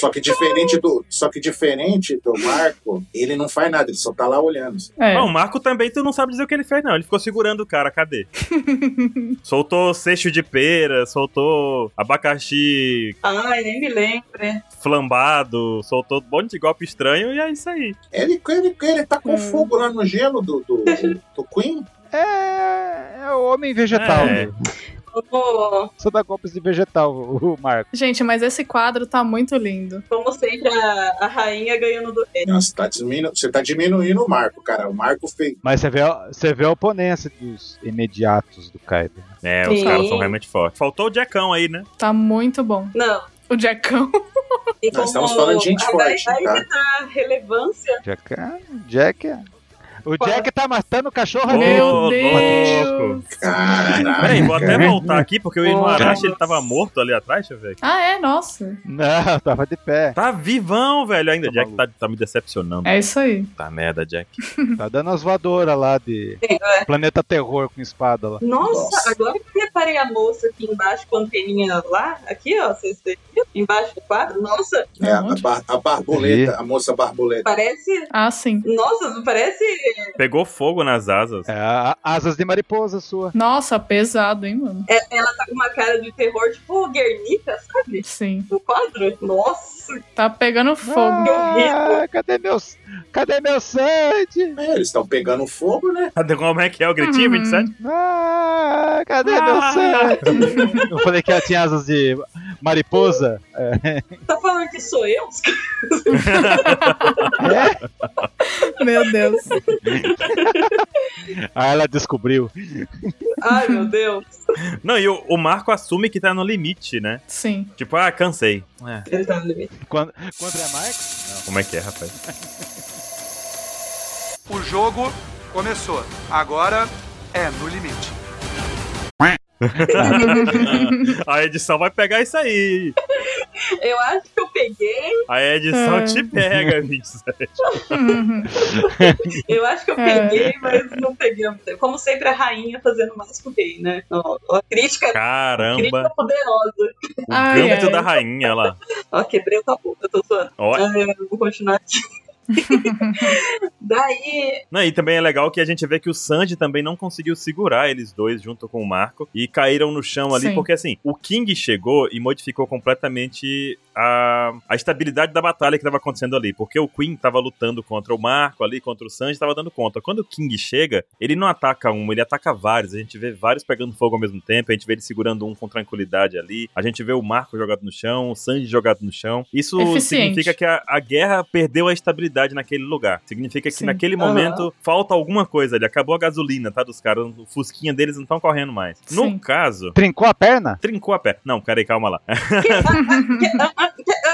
Speaker 5: Só que diferente do, só que diferente do Marco, ele não faz nada, ele só tá lá olhando.
Speaker 4: É.
Speaker 2: Não, o Marco também, tu não sabe dizer o que ele fez, não. Ele ficou segurando o cara, cadê? soltou seixo de pera, soltou abacaxi
Speaker 3: Ai, nem me lembro. hein?
Speaker 2: flambado, soltou um monte de golpe estranho e é isso aí.
Speaker 5: Ele, ele, ele tá com
Speaker 4: Hum.
Speaker 5: fogo lá no gelo do, do, do Queen.
Speaker 1: é, é o homem vegetal.
Speaker 2: É.
Speaker 1: meu.
Speaker 3: Como,
Speaker 1: Só dá golpes de vegetal, o o Marco.
Speaker 4: Gente, mas esse quadro tá muito lindo.
Speaker 3: como sempre, a, a rainha ganhando do rei.
Speaker 5: Nossa, tá diminu- você tá diminuindo o Marco, cara. O Marco fez.
Speaker 1: Mas você vê, a- você vê a oponência dos imediatos do Kaido.
Speaker 2: É, os
Speaker 3: Sim.
Speaker 2: caras são realmente fortes. Faltou o Jackão aí, né?
Speaker 4: Tá muito bom.
Speaker 3: Não,
Speaker 4: O Jackão.
Speaker 3: e
Speaker 5: Nós
Speaker 3: como-
Speaker 5: estamos falando de gente
Speaker 3: aí-
Speaker 5: forte,
Speaker 3: Aí
Speaker 5: tá?
Speaker 3: que tá a relevância.
Speaker 1: Jack, ah, Jack. é- O Jack tá matando o cachorro ali.
Speaker 4: Meu
Speaker 2: louco.
Speaker 4: Deus!
Speaker 5: Caralho. É,
Speaker 2: Peraí, vou até voltar aqui, porque o Inuarashi,
Speaker 3: Nossa.
Speaker 2: ele tava morto ali atrás, deixa eu ver aqui.
Speaker 4: Ah, é? Nossa.
Speaker 1: Não, tava de pé.
Speaker 2: Tá vivão, velho, ainda.
Speaker 1: Tá
Speaker 2: Jack tá, tá me decepcionando.
Speaker 4: É isso aí.
Speaker 2: Tá merda, Jack.
Speaker 1: Tá dando as voadoras lá de Planeta Terror com espada lá.
Speaker 3: Nossa,
Speaker 5: Nossa.
Speaker 3: agora que eu reparei a moça aqui embaixo com a anteninha lá, aqui ó, vocês viram? Embaixo do quadro. Nossa,
Speaker 5: É, a, bar- a barboleta, a moça barboleta.
Speaker 3: parece.
Speaker 4: Ah, sim.
Speaker 3: Nossa, não parece
Speaker 2: Pegou fogo nas asas.
Speaker 1: É, a- asas de mariposa sua.
Speaker 4: Nossa, pesado, hein, mano?
Speaker 3: É, ela tá com uma cara de terror, tipo o Guernica, sabe?
Speaker 4: Sim.
Speaker 3: No quadro. Nossa,
Speaker 4: Tá pegando fogo.
Speaker 1: Ah, cadê meus. Cadê meu sangue?
Speaker 5: É, eles estão pegando fogo, né?
Speaker 2: Como é que é o gritinho,
Speaker 4: Uhum.
Speaker 2: 27?
Speaker 1: Ah, cadê
Speaker 2: Ah.
Speaker 1: meu sangue? Eu falei que ela tinha asas de mariposa.
Speaker 3: tá falando que sou eu?
Speaker 1: É?
Speaker 4: Meu Deus.
Speaker 1: Aí ela descobriu.
Speaker 3: Ai, meu Deus.
Speaker 2: Não, e o, o Marco assume que tá no limite, né?
Speaker 4: Sim.
Speaker 2: Tipo, ah, cansei. É,
Speaker 3: Ele tá no limite.
Speaker 1: Quando, quando é Marx?
Speaker 2: como é que é, rapaz?
Speaker 7: O jogo começou. Agora é no limite.
Speaker 2: A edição vai pegar isso aí.
Speaker 3: Eu acho que eu peguei.
Speaker 2: A edição
Speaker 4: É.
Speaker 2: te pega, 27.
Speaker 4: Uhum.
Speaker 3: Eu acho que eu
Speaker 4: É.
Speaker 3: peguei, mas não peguei. ao mesmo tempo. Como sempre, a rainha fazendo mais que o rei, né? Ó, ó, a crítica, a
Speaker 2: Caramba,
Speaker 3: crítica poderosa.
Speaker 2: o
Speaker 4: Ai,
Speaker 2: gâmbito
Speaker 4: ai.
Speaker 2: da rainha lá.
Speaker 3: Ó, quebrei o tabu, eu tô zoando.
Speaker 2: Ó,
Speaker 3: Ah, eu vou continuar aqui. Daí,
Speaker 2: Não, e também é legal que a gente vê que o Sanji também não conseguiu segurar eles dois junto com o Marco e caíram no chão ali,
Speaker 4: Sim.
Speaker 2: porque assim, o King chegou e modificou completamente a, a estabilidade da batalha que tava acontecendo ali, porque o Queen tava lutando contra o Marco ali, contra o Sanji, tava dando conta. Quando o King chega, ele não ataca um, ele ataca vários. A gente vê vários pegando fogo ao mesmo tempo, a gente vê ele segurando um com tranquilidade ali, a gente vê o Marco jogado no chão, o Sanji jogado no chão. Isso
Speaker 4: Eficiente.
Speaker 2: significa que a, a guerra perdeu a estabilidade naquele lugar. Significa que
Speaker 4: Sim.
Speaker 2: naquele
Speaker 3: Aham.
Speaker 2: momento falta alguma coisa ali. Acabou a gasolina, tá? Dos caras. O fusquinha deles não estão correndo mais.
Speaker 4: Sim.
Speaker 2: No caso.
Speaker 1: Trincou a perna?
Speaker 2: Trincou a perna. Não, peraí, calma lá.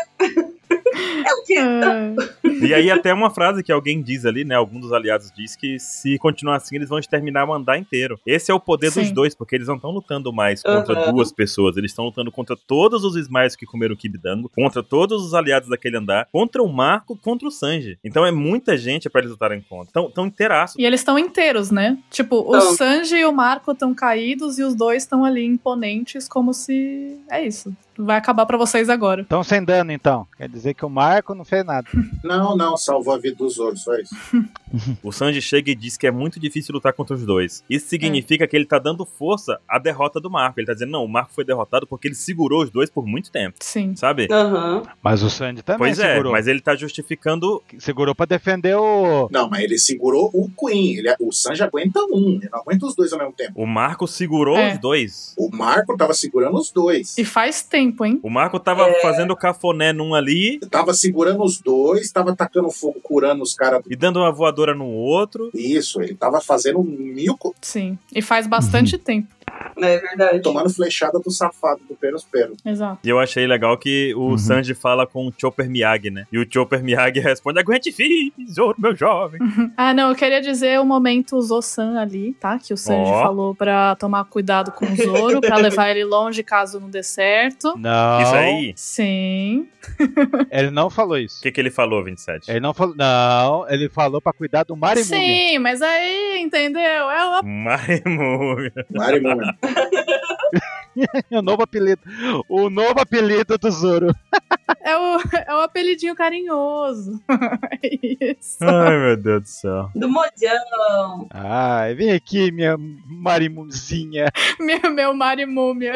Speaker 3: é o que?
Speaker 4: Ah,
Speaker 2: E aí, até uma frase que alguém diz ali, né? Algum dos aliados diz que se continuar assim, eles vão exterminar o andar inteiro. Esse é o poder dos
Speaker 4: Sim.
Speaker 2: dois, porque eles não estão lutando mais contra
Speaker 3: Aham.
Speaker 2: duas pessoas. Eles estão lutando contra todos os Smiles que comeram o Kibidango, contra todos os aliados daquele andar, contra o Marco, contra o Sanji. Então é muita gente pra eles lutarem contra. Então, então inteiraço.
Speaker 4: E eles estão inteiros, né? Tipo, o
Speaker 3: Tão.
Speaker 4: Sanji e o Marco estão caídos e os dois estão ali imponentes, como se. É isso. Vai acabar pra vocês agora.
Speaker 1: Estão sem dano, então. Quer dizer que o Marco não fez nada.
Speaker 5: Não, não, salvou a vida dos outros, só isso.
Speaker 2: O Sanji chega e diz que é muito difícil lutar contra os dois. Isso significa que ele tá dando força à derrota do Marco. Ele tá dizendo, não, o Marco foi derrotado porque ele segurou os dois por muito tempo,
Speaker 4: Sim.
Speaker 2: sabe?
Speaker 3: Aham.
Speaker 1: Mas o Sandy também
Speaker 2: pois é,
Speaker 1: segurou.
Speaker 2: mas ele tá justificando.
Speaker 1: Segurou pra defender o.
Speaker 5: Não, mas ele segurou o Queen. Ele, é, o Sanji aguenta um, ele não aguenta os dois ao mesmo tempo.
Speaker 2: O Marco segurou
Speaker 4: É.
Speaker 2: os dois.
Speaker 5: O Marco tava segurando os dois.
Speaker 4: E faz tempo, hein?
Speaker 2: O Marco tava
Speaker 1: É.
Speaker 2: fazendo cafoné num ali
Speaker 5: Tava segurando os dois, tava tacando fogo, curando os caras.
Speaker 2: e dando uma voadora no outro.
Speaker 5: Isso, ele tava fazendo mil. co-
Speaker 4: Sim. E faz bastante tempo.
Speaker 3: É verdade.
Speaker 5: Tomando flechada do safado do Peros Peros.
Speaker 4: Exato.
Speaker 2: E eu achei legal que o
Speaker 1: Uhum.
Speaker 2: Sanji fala com o Chopper Miyagi, né? E o Chopper Miyagi responde: Aguente, fiz, ouro, meu jovem.
Speaker 4: Ah, não, eu queria dizer o momento Zosan ali, tá? Que o Sanji
Speaker 2: Ó.
Speaker 4: falou pra tomar cuidado com o Zoro, pra levar ele longe caso não dê certo.
Speaker 1: Não.
Speaker 2: Isso aí.
Speaker 4: Sim.
Speaker 1: Ele não falou
Speaker 2: O
Speaker 1: isso.
Speaker 2: que, que ele falou, 27?
Speaker 1: Ele não falou. Não, ele falou pra cuidar do Marimumi.
Speaker 4: Sim, mas aí, entendeu? É uma...
Speaker 2: Marimumi.
Speaker 5: Marimuna.
Speaker 1: O novo apelido. O novo apelido do Zoro.
Speaker 4: É o, é o apelidinho carinhoso. É isso.
Speaker 2: Ai, meu Deus do céu.
Speaker 3: Do Mojang.
Speaker 1: Ai, vem aqui, minha Marimuzinha.
Speaker 4: Meu, meu Marimúmia.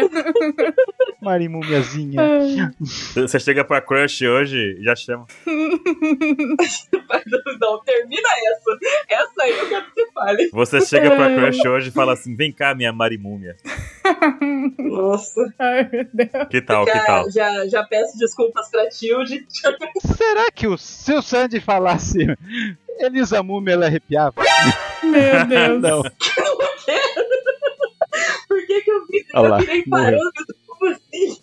Speaker 1: Marimumiazinha.
Speaker 2: Você chega pra crush hoje e já chama.
Speaker 3: Não, termina essa. Essa aí eu quero que você fale.
Speaker 2: Você chega pra crush hoje e fala assim: vem cá, minha marimúmia.
Speaker 3: Nossa.
Speaker 4: Ai, meu Deus.
Speaker 2: Que
Speaker 1: Ah,
Speaker 2: tal, que
Speaker 3: Já,
Speaker 2: tal?
Speaker 3: já, já peço desculpas pra Tilde.
Speaker 1: Será que o, se o Sandy falasse Elisa Múmia, ela arrepiava?
Speaker 4: Meu Deus.
Speaker 1: Não.
Speaker 3: Por que, que eu vi que
Speaker 1: Olha lá,
Speaker 3: eu virei
Speaker 1: morreu.
Speaker 3: parando? Como assim?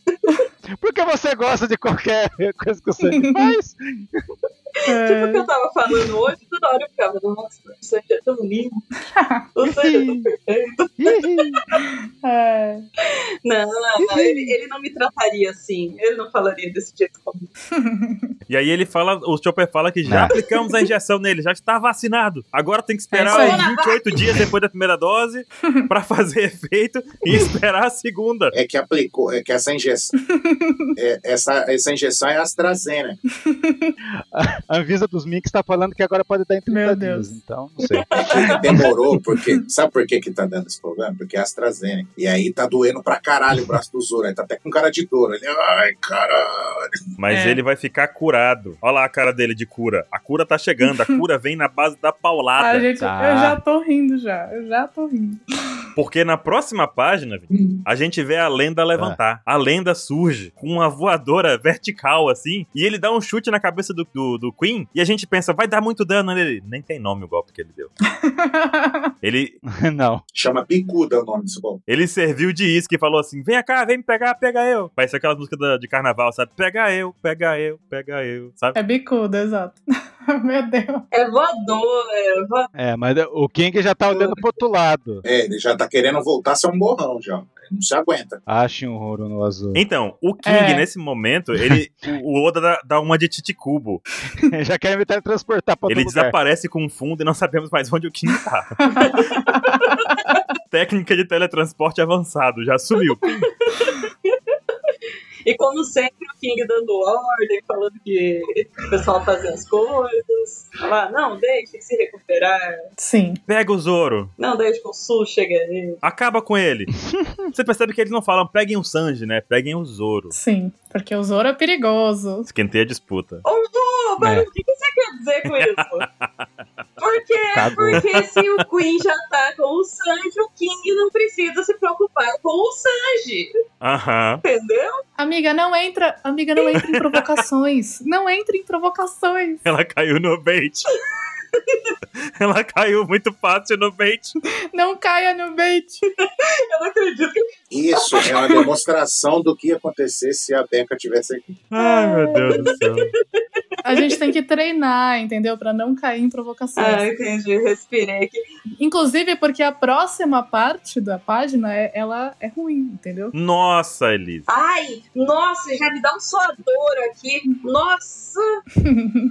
Speaker 1: Porque você gosta de qualquer coisa que o Sandy faz?
Speaker 3: Tipo o que
Speaker 4: É.
Speaker 3: eu tava falando hoje, toda hora eu ficava, nossa, o Sanji é tão lindo. O Sanji é tão perfeito.
Speaker 1: Ih,
Speaker 4: É.
Speaker 3: Não, não, não, ele, ele não me trataria assim. Ele não falaria desse jeito comigo.
Speaker 2: E aí ele fala, o Chopper fala que já
Speaker 1: Não.
Speaker 2: aplicamos a injeção nele, já está vacinado. Agora tem que esperar
Speaker 4: É isso
Speaker 2: uns 28 dias depois da primeira dose pra fazer efeito e esperar a segunda.
Speaker 5: É que aplicou, é que essa injeção. é, essa, essa injeção é AstraZeneca.
Speaker 1: A Anvisa dos Minks tá falando que agora pode dar em 30
Speaker 4: Meu
Speaker 1: dias.
Speaker 4: Deus.
Speaker 1: Então, Não sei.
Speaker 5: Demorou, porque. Sabe por que, que tá dando esse problema? Porque é AstraZeneca. E aí tá doendo pra caralho o braço do Zoro. Aí tá até com cara de dor. Ele, ai, caralho.
Speaker 2: Mas
Speaker 8: É.
Speaker 2: ele vai ficar curado. Olha lá a cara dele de cura. A cura tá chegando. A cura vem na base da
Speaker 4: Ah,
Speaker 2: paulada.
Speaker 4: gente,
Speaker 8: Tá.
Speaker 4: eu já tô rindo já. Eu já tô rindo.
Speaker 2: Porque na próxima página,
Speaker 4: Hum.
Speaker 2: a gente vê a lenda levantar. A lenda surge com uma voadora vertical, assim. E ele dá um chute na cabeça do, do, do Queen. E a gente pensa, vai dar muito dano nele. Nem tem nome o golpe que ele deu. Ele,
Speaker 1: Não.
Speaker 5: Chama bicuda o nome desse bom.
Speaker 2: ele serviu de isca e falou assim: vem cá, vem me pegar, pega eu. Parece aquelas músicas da- de carnaval, sabe? Pega eu, pega eu, pega eu, sabe?
Speaker 4: É bicuda, exato. Meu Deus.
Speaker 3: É voador, é voador.
Speaker 1: É, mas o King já tá olhando pro outro lado.
Speaker 5: É, ele já tá querendo voltar a ser um borrão já. Ele não se aguenta.
Speaker 1: Ache um roro no azul.
Speaker 2: Então, o King,
Speaker 4: É.
Speaker 2: nesse momento, ele. o o Oda dá, dá uma de Titicubo.
Speaker 1: já quer me teletransportar pra outro
Speaker 2: Ele
Speaker 1: lugar.
Speaker 2: desaparece com um fundo e não sabemos mais onde o King tá. Técnica de teletransporte avançado, já sumiu.
Speaker 3: E como sempre, o King dando ordem, falando que o pessoal fazendo as coisas. Falar, não, deixe se recuperar.
Speaker 4: Sim.
Speaker 2: Pega o Zoro,
Speaker 3: Não, deixe que o Sul chegue aí.
Speaker 2: acaba com ele. Você percebe que eles não falam, peguem o Sanji, né? Peguem o Zoro.
Speaker 4: Sim, porque o Zoro é perigoso.
Speaker 2: Esquentei a disputa.
Speaker 3: Ô, mas
Speaker 1: É.
Speaker 3: o que que você quer dizer com isso? Por quê?
Speaker 4: É,
Speaker 1: Cagou.
Speaker 3: Porque se o Queen já tá com o Sanji, o King não precisa se preocupar com o Sanji,
Speaker 2: Aham.
Speaker 3: entendeu?
Speaker 4: Amiga, não entra, amiga, não entra em provocações. Não entra em provocações.
Speaker 2: Ela caiu no bait. Ela caiu muito fácil no bait.
Speaker 4: Não caia no bait.
Speaker 3: Eu não acredito que
Speaker 5: Isso é uma demonstração do que ia acontecer se a Becca tivesse aqui.
Speaker 2: Ai, meu Deus do céu.
Speaker 4: A gente tem que treinar, entendeu? Pra não cair em provocações.
Speaker 3: Ah, entendi, respirei aqui.
Speaker 4: Inclusive porque a próxima parte da página, é, ela é ruim, entendeu?
Speaker 2: Nossa, Elisa.
Speaker 3: Ai, nossa, já me dá um suador aqui. Nossa,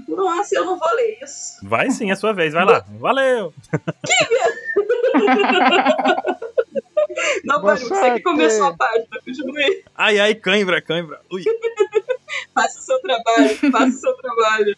Speaker 3: nossa, eu não vou ler isso.
Speaker 2: Vai sim, é a sua vez, vai lá. Valeu.
Speaker 3: Não,
Speaker 1: Boa
Speaker 3: Baru, você
Speaker 1: sorte.
Speaker 3: que começou a página, continue.
Speaker 2: Ai, ai, cãibra, cãibra. Ui.
Speaker 3: Faça o seu trabalho, faça o seu trabalho.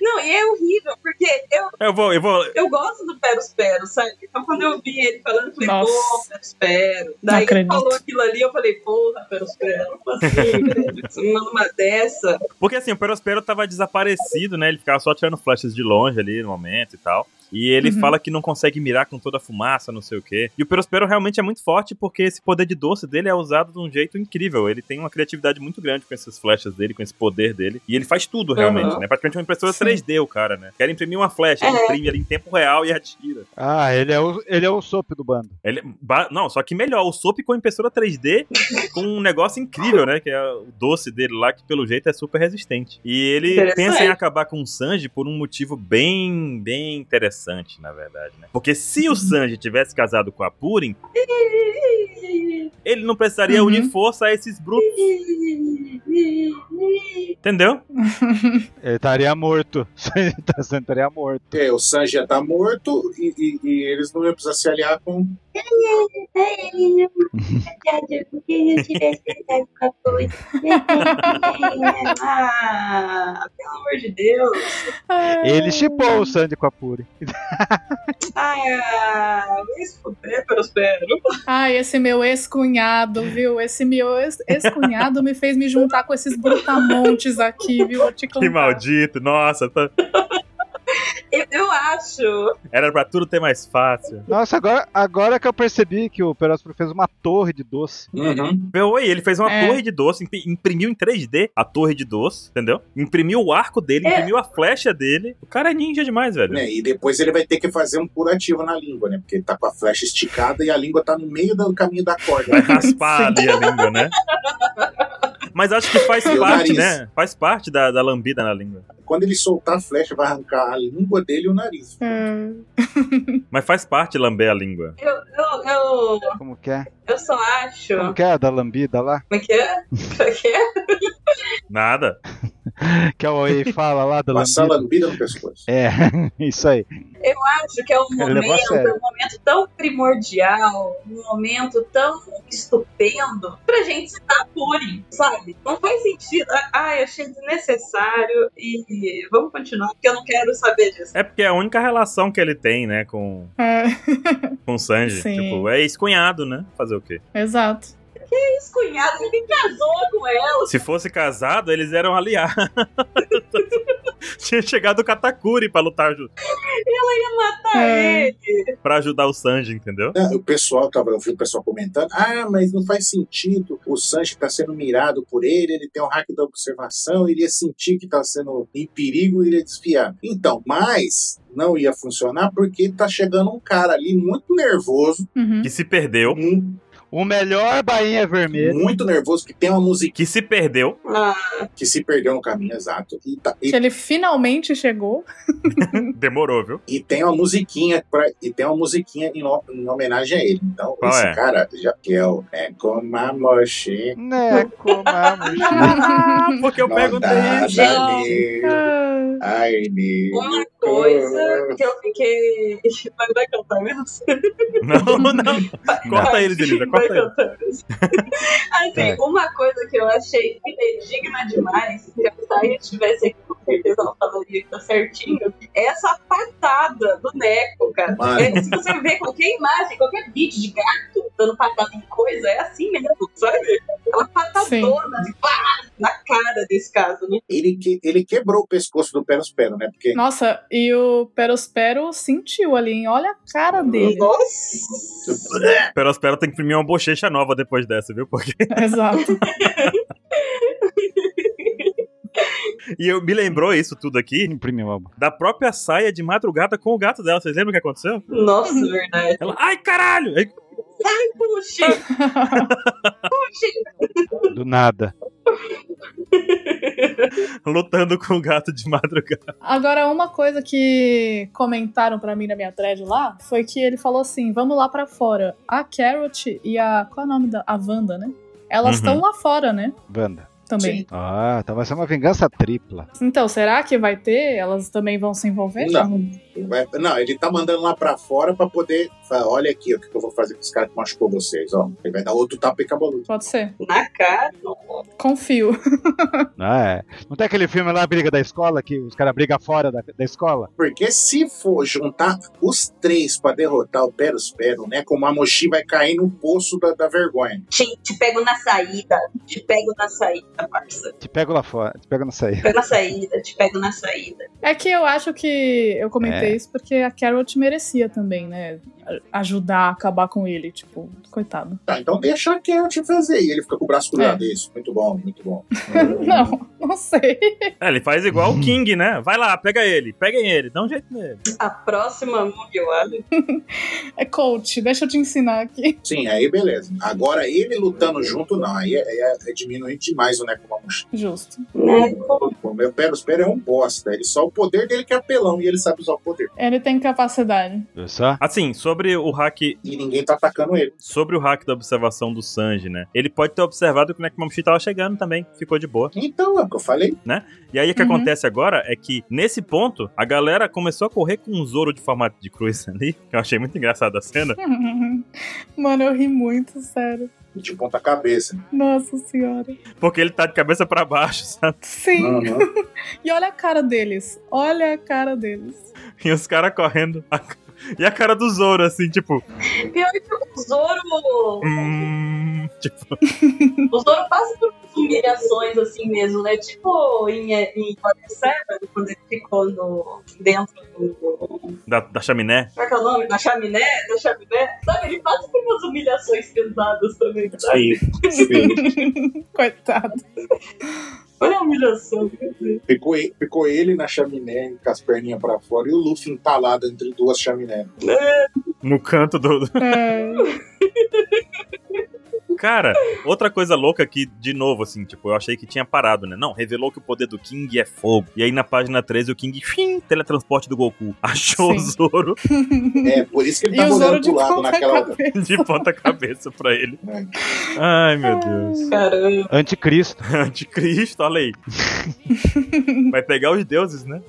Speaker 3: Não, e é horrível, porque eu,
Speaker 2: Eu vou, eu vou.
Speaker 3: eu gosto do Peros Peros, sabe? Então quando eu vi ele falando, eu falei,
Speaker 4: Nossa.
Speaker 3: pô, Peros Peros.
Speaker 4: Não
Speaker 3: Daí ele
Speaker 4: acredito.
Speaker 3: falou aquilo ali, eu falei, porra, Peros Peros, como assim, velho? Você me manda uma dessa.
Speaker 2: Porque assim, o Perospero tava desaparecido, né? Ele ficava só tirando flashes de longe ali no momento e tal. E ele
Speaker 4: Uhum.
Speaker 2: fala que não consegue mirar com toda a fumaça, não sei o quê. E o Perospero realmente é muito forte porque esse poder de doce dele é usado de um jeito incrível. Ele tem uma criatividade muito grande com essas flechas dele, com esse poder dele. E ele faz tudo realmente,
Speaker 3: Uhum.
Speaker 2: né? Praticamente uma impressora
Speaker 4: Sim.
Speaker 2: 3D, o cara, né? Quer imprimir uma flecha, ele
Speaker 3: É.
Speaker 2: imprime ali em tempo real e atira.
Speaker 1: Ah, ele é, o, ele é o sopro do bando.
Speaker 2: Ele, ba- não, só que melhor, o Soap com a impressora 3D com um negócio incrível, né? Que é o doce dele lá, que pelo jeito é super resistente. E ele
Speaker 3: Interessante.
Speaker 2: pensa em acabar com o Sanji por um motivo bem, bem interessante, na verdade, né? Porque se o Sanji tivesse casado com a Purim, ele não precisaria
Speaker 4: Uhum.
Speaker 2: unir força a esses brutos, entendeu?
Speaker 1: Ele estaria morto. Tá sendo- estaria morto.
Speaker 5: É, o Sanji já tá morto e, e- e eles não iam precisar se aliar com.
Speaker 3: Ah, pelo amor de Deus.
Speaker 1: Ele chipou o Sandy com a Puri.
Speaker 3: Ah, vai se fuder, Peros Peros.
Speaker 4: Ai, esse meu ex-cunhado, viu? Esse meu ex- ex-cunhado me fez me juntar com esses brutamontes aqui, viu? Vou te contar.
Speaker 2: Que maldito, nossa, tá-
Speaker 3: Eu, eu acho.
Speaker 2: era pra tudo ter mais fácil.
Speaker 1: Nossa, agora, agora que eu percebi que o Peróspero fez uma torre de doce.
Speaker 5: Uhum.
Speaker 2: Oi, ele fez uma
Speaker 4: É.
Speaker 2: torre de doce, imp- imprimiu em 3D a torre de doce, entendeu? Imprimiu o arco dele,
Speaker 3: É.
Speaker 2: imprimiu a flecha dele. O cara é ninja demais, velho.
Speaker 5: Né, e depois ele vai ter que fazer um curativo na língua, né? Porque ele tá com a flecha esticada e a língua tá no meio do caminho da corda.
Speaker 2: Vai raspar ali a língua, né? Mas acho que faz
Speaker 5: E o
Speaker 2: parte,
Speaker 5: nariz?
Speaker 2: né? Faz parte da, da lambida na língua.
Speaker 5: Quando ele soltar a flecha, vai arrancar a língua dele e o nariz.
Speaker 4: Hum,
Speaker 2: Mas faz parte lamber a língua.
Speaker 3: Eu, eu, eu,
Speaker 1: Como que é?
Speaker 3: eu só acho.
Speaker 1: Como que é a da lambida lá?
Speaker 3: Como é que é? Como é que é?
Speaker 2: Nada.
Speaker 1: que a Oi fala lá do
Speaker 5: Passar
Speaker 1: lambido.
Speaker 5: lambida no pescoço.
Speaker 1: É, isso aí.
Speaker 3: acho que é um
Speaker 1: Ele levou a
Speaker 3: momento,
Speaker 1: sério.
Speaker 3: um momento tão primordial, um momento tão estupendo pra gente citar Puri, sabe? Não faz sentido. Ah, Ai, achei desnecessário e vamos continuar, porque eu não quero saber disso.
Speaker 2: É porque é a única relação que ele tem, né, com,
Speaker 4: É,
Speaker 2: com o Sanji.
Speaker 4: Sim.
Speaker 2: Tipo, é ex-cunhado, né? Fazer o quê?
Speaker 4: exato.
Speaker 3: Ex-cunhado, ele casou com ela.
Speaker 2: Se fosse casado, eles eram aliados. Tinha chegado o Katakuri pra lutar, ju-
Speaker 3: Ela ia matar
Speaker 4: É.
Speaker 3: ele.
Speaker 2: pra ajudar o Sanji, entendeu?
Speaker 5: Não, O pessoal, tava, eu vi o pessoal comentando, ah, mas não faz sentido, o Sanji está sendo mirado por ele, ele tem um hack da observação, ele ia sentir que está sendo em perigo e iria desviar. Então, mas não ia funcionar porque tá chegando um cara ali muito nervoso,
Speaker 4: Uhum.
Speaker 2: Que se perdeu.
Speaker 5: um-
Speaker 1: O melhor bainha vermelha.
Speaker 5: muito nervoso, que tem uma musiquinha
Speaker 2: Que se perdeu.
Speaker 3: Ah,
Speaker 5: que se perdeu no caminho, exato, e, tá- e-
Speaker 4: Que ele finalmente chegou.
Speaker 2: Demorou, viu?
Speaker 5: e tem uma musiquinha pra, e tem uma musiquinha em, ho- em homenagem a ele. Então,
Speaker 2: Qual
Speaker 5: esse
Speaker 2: é?
Speaker 5: cara, já que é o é como a mochi,
Speaker 1: Né, como a mochila.
Speaker 2: Porque eu
Speaker 5: não
Speaker 2: perguntei
Speaker 5: dá,
Speaker 2: isso.
Speaker 5: dali,
Speaker 4: Ah,
Speaker 5: ai, meu.
Speaker 3: uma coisa que eu fiquei. Mas vai cantar mesmo?
Speaker 2: Não, não. Corta
Speaker 3: Vai-
Speaker 2: eles, Elisa,
Speaker 3: vai
Speaker 2: corta eles.
Speaker 3: cantando. assim, uma coisa que eu achei digna demais, se a Saia estivesse aqui, com certeza ela falaria que tá certinho, é essa patada do Neco, cara.
Speaker 5: Mano.
Speaker 3: É, se você ver qualquer imagem, qualquer vídeo de gato dando patada em coisa, é assim mesmo, sabe? Ela patadona, de pá, na cara desse caso, né?
Speaker 5: ele, que, ele quebrou o pescoço do Peros Pero, né? Porque
Speaker 4: Nossa, e o Perospero sentiu ali, hein? Olha a cara dele.
Speaker 3: Nossa!
Speaker 2: Perospero tem que imprimir uma bochecha nova depois dessa, viu? Porque...
Speaker 4: Exato.
Speaker 2: E eu me lembrou isso tudo aqui
Speaker 1: Imprimiu álbum.
Speaker 2: da própria saia de madrugada com o gato dela. Vocês lembram o que aconteceu?
Speaker 3: Nossa, verdade.
Speaker 2: Ela, ai caralho! Aí,
Speaker 3: Puxa,
Speaker 1: Do nada.
Speaker 2: lutando com o gato de madrugada.
Speaker 4: Agora, uma coisa que comentaram pra mim na minha thread lá foi que ele falou assim: vamos lá pra fora. A Carrot e a. Qual é o nome da. A Wanda, né? Elas
Speaker 2: Uhum.
Speaker 4: estão lá fora, né?
Speaker 1: Banda.
Speaker 4: Também.
Speaker 5: Sim.
Speaker 1: Ah, então vai ser uma vingança tripla.
Speaker 4: Então, será que vai ter? Elas também vão se envolver?
Speaker 5: Não. vai- não, ele tá mandando lá pra fora pra poder falar, olha aqui o que que eu vou fazer com esse cara que machucou vocês, ó. Ele vai dar outro tapa e acabou.
Speaker 4: Pode ser.
Speaker 3: na cara.
Speaker 4: Confio.
Speaker 1: Ah, é. Não tem aquele filme lá, Briga da Escola, que os caras brigam fora da, da escola?
Speaker 5: Porque se for juntar os três pra derrotar o Peros Pero, né? Como a Mochi vai cair no poço da, da vergonha.
Speaker 3: Te, te pego na saída, te pego na saída, parça.
Speaker 1: Te pego lá fora, te pego na
Speaker 3: Te
Speaker 1: saída.
Speaker 3: pego na saída, te pego na saída.
Speaker 4: É que eu acho que eu
Speaker 5: É.
Speaker 4: comentei isso porque a Carrot merecia também, né? A- Ajudar a acabar com ele, tipo, coitado.
Speaker 5: Tá, então deixa a Kelt fazer. E ele fica com o braço
Speaker 3: É.
Speaker 5: cruzado. Isso, muito bom, muito bom. Uhum.
Speaker 4: Não, não sei.
Speaker 2: É, ele faz igual o King, né? Vai lá, pega ele, peguem ele, dá um jeito nele.
Speaker 3: A próxima movie, eu acho.
Speaker 4: É coach, deixa eu te ensinar aqui.
Speaker 5: Sim, aí beleza. Agora ele lutando junto, não. Aí é, é, é diminuir demais o Nekomamushi.
Speaker 4: Justo.
Speaker 3: Neco.
Speaker 5: O meu Peros Pero é um bosta. Ele só o poder dele que é apelão e ele sabe usar o poder.
Speaker 4: Ele tem capacidade.
Speaker 1: Viu só?
Speaker 2: Assim, sobre o hack,
Speaker 5: e ninguém tá atacando ele.
Speaker 2: sobre o hack da observação do Sanji, né? Ele pode ter observado é que o Nekomamushi tava chegando também, ficou de boa.
Speaker 5: Então, é o que eu falei.
Speaker 2: E aí o que
Speaker 4: Uhum.
Speaker 2: acontece agora é que, nesse ponto, a galera começou a correr com um Zoro de formato de cruz ali. que Eu achei muito engraçada a cena.
Speaker 4: Mano, eu ri muito, sério.
Speaker 5: De ponta cabeça.
Speaker 4: Nossa senhora.
Speaker 2: Porque ele tá de cabeça pra baixo, sabe?
Speaker 4: Sim.
Speaker 5: Uhum.
Speaker 4: E olha a cara deles. Olha a cara deles.
Speaker 2: E os caras correndo. E a cara do Zoro, assim, tipo.
Speaker 3: Pior é que o Zoro.
Speaker 2: Hum, tipo,
Speaker 3: O Zoro passa por umas humilhações assim mesmo, né? Tipo em, em Water Seven, quando ele ficou no, dentro do.
Speaker 2: da, da chaminé.
Speaker 3: Como é que é o nome? Na chaminé? Na chaminé? Sabe, ele passa por umas humilhações pesadas também. Sabe?
Speaker 5: Sim.
Speaker 4: Coitado.
Speaker 3: Olha a humilhação. meu Deus.
Speaker 5: ficou, e- ficou ele na chaminé, com as perninhas pra fora, e o Luffy entalado entre duas chaminés. tá
Speaker 2: No canto do.
Speaker 4: É.
Speaker 2: Cara, outra coisa louca que, de novo, assim, tipo, eu achei que tinha parado, né? Não, revelou que o poder do King é fogo. E aí na página 13 o King, fim, teletransporte do Goku. Achou o
Speaker 4: Sim.
Speaker 2: Zoro
Speaker 5: É, por isso que ele
Speaker 4: E
Speaker 5: tava
Speaker 4: o Zoro
Speaker 5: olhando
Speaker 4: de
Speaker 5: pro lado
Speaker 4: ponta
Speaker 5: naquela hora.
Speaker 4: cabeça.
Speaker 2: de ponta cabeça pra ele. Ai, meu Deus.
Speaker 3: Caramba.
Speaker 1: Anticristo.
Speaker 2: Anticristo, olha aí. Vai pegar os deuses, né?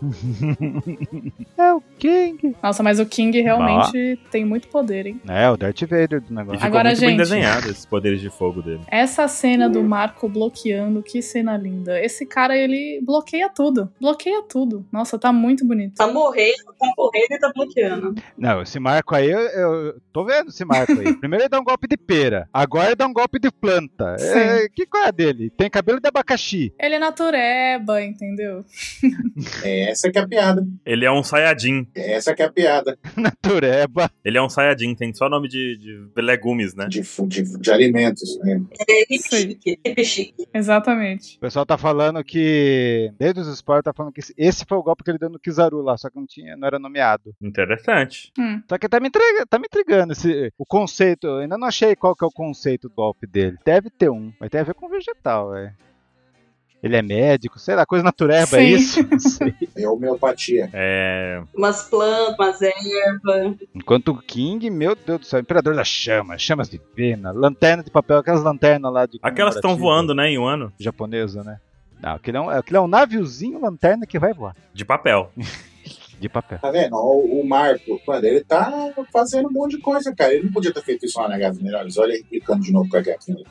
Speaker 1: É o King.
Speaker 4: Nossa, mas o King realmente tem muito poder, hein?
Speaker 1: É, o Darth Vader do
Speaker 2: E
Speaker 1: negócio.
Speaker 2: ficou
Speaker 4: Agora,
Speaker 2: muito bem
Speaker 4: gente.
Speaker 2: desenhado esses poderes de fogo dele.
Speaker 4: Essa cena
Speaker 1: Uhum.
Speaker 4: do Marco bloqueando, que cena linda. Esse cara, ele bloqueia tudo. Bloqueia tudo. Nossa, tá muito bonito.
Speaker 3: Tá morrendo, tá morrendo e tá bloqueando.
Speaker 1: Não, esse Marco aí, eu, eu tô vendo esse Marco aí. Primeiro ele dá um golpe de pera, agora ele dá um golpe de planta. É, que qual é a dele? Tem cabelo de abacaxi.
Speaker 4: Ele é natureba, entendeu?
Speaker 5: É, essa que é a piada.
Speaker 2: Ele é um Sayajin.
Speaker 5: É, Essa que é a piada.
Speaker 1: Natureba.
Speaker 2: Ele é um Sayajin, tem só nome de, de legumes, né?
Speaker 5: De, fu- de, de alimentos, né?
Speaker 3: É hip
Speaker 4: Sim.
Speaker 3: chique, hip chique.
Speaker 4: Exatamente.
Speaker 1: O pessoal tá falando que. Desde os spoilers tá falando que esse- esse foi o golpe que ele deu no Kizaru lá, só que não, tinha, não era nomeado.
Speaker 2: Interessante.
Speaker 4: Hum.
Speaker 1: Só que tá me, intriga, tá me intrigando esse, o conceito. Eu ainda não achei qual que é o conceito do golpe dele. Deve ter um, mas tem a ver com vegetal, velho. Ele é médico, sei lá, coisa natureba, é
Speaker 4: Sim.
Speaker 1: isso? Não sei.
Speaker 5: É homeopatia.
Speaker 2: É.
Speaker 3: Umas plantas, umas ervas.
Speaker 1: Enquanto o King, meu Deus do céu, Imperador da Chama, chamas de pena, lanterna de papel, aquelas lanternas lá de.
Speaker 2: Aquelas que estão
Speaker 1: comemorativa
Speaker 2: voando, né, em um ano?
Speaker 1: Japonesa, né? Não, aquilo é, um, aquilo é um naviozinho lanterna que vai voar.
Speaker 2: De papel.
Speaker 1: De papel.
Speaker 5: Tá vendo? Ó, O, o Marco, mano, ele tá fazendo um monte de coisa, cara. Ele não podia ter feito isso lá na Gás Melhores. Olha ele implicando de novo com a Gás Melhores.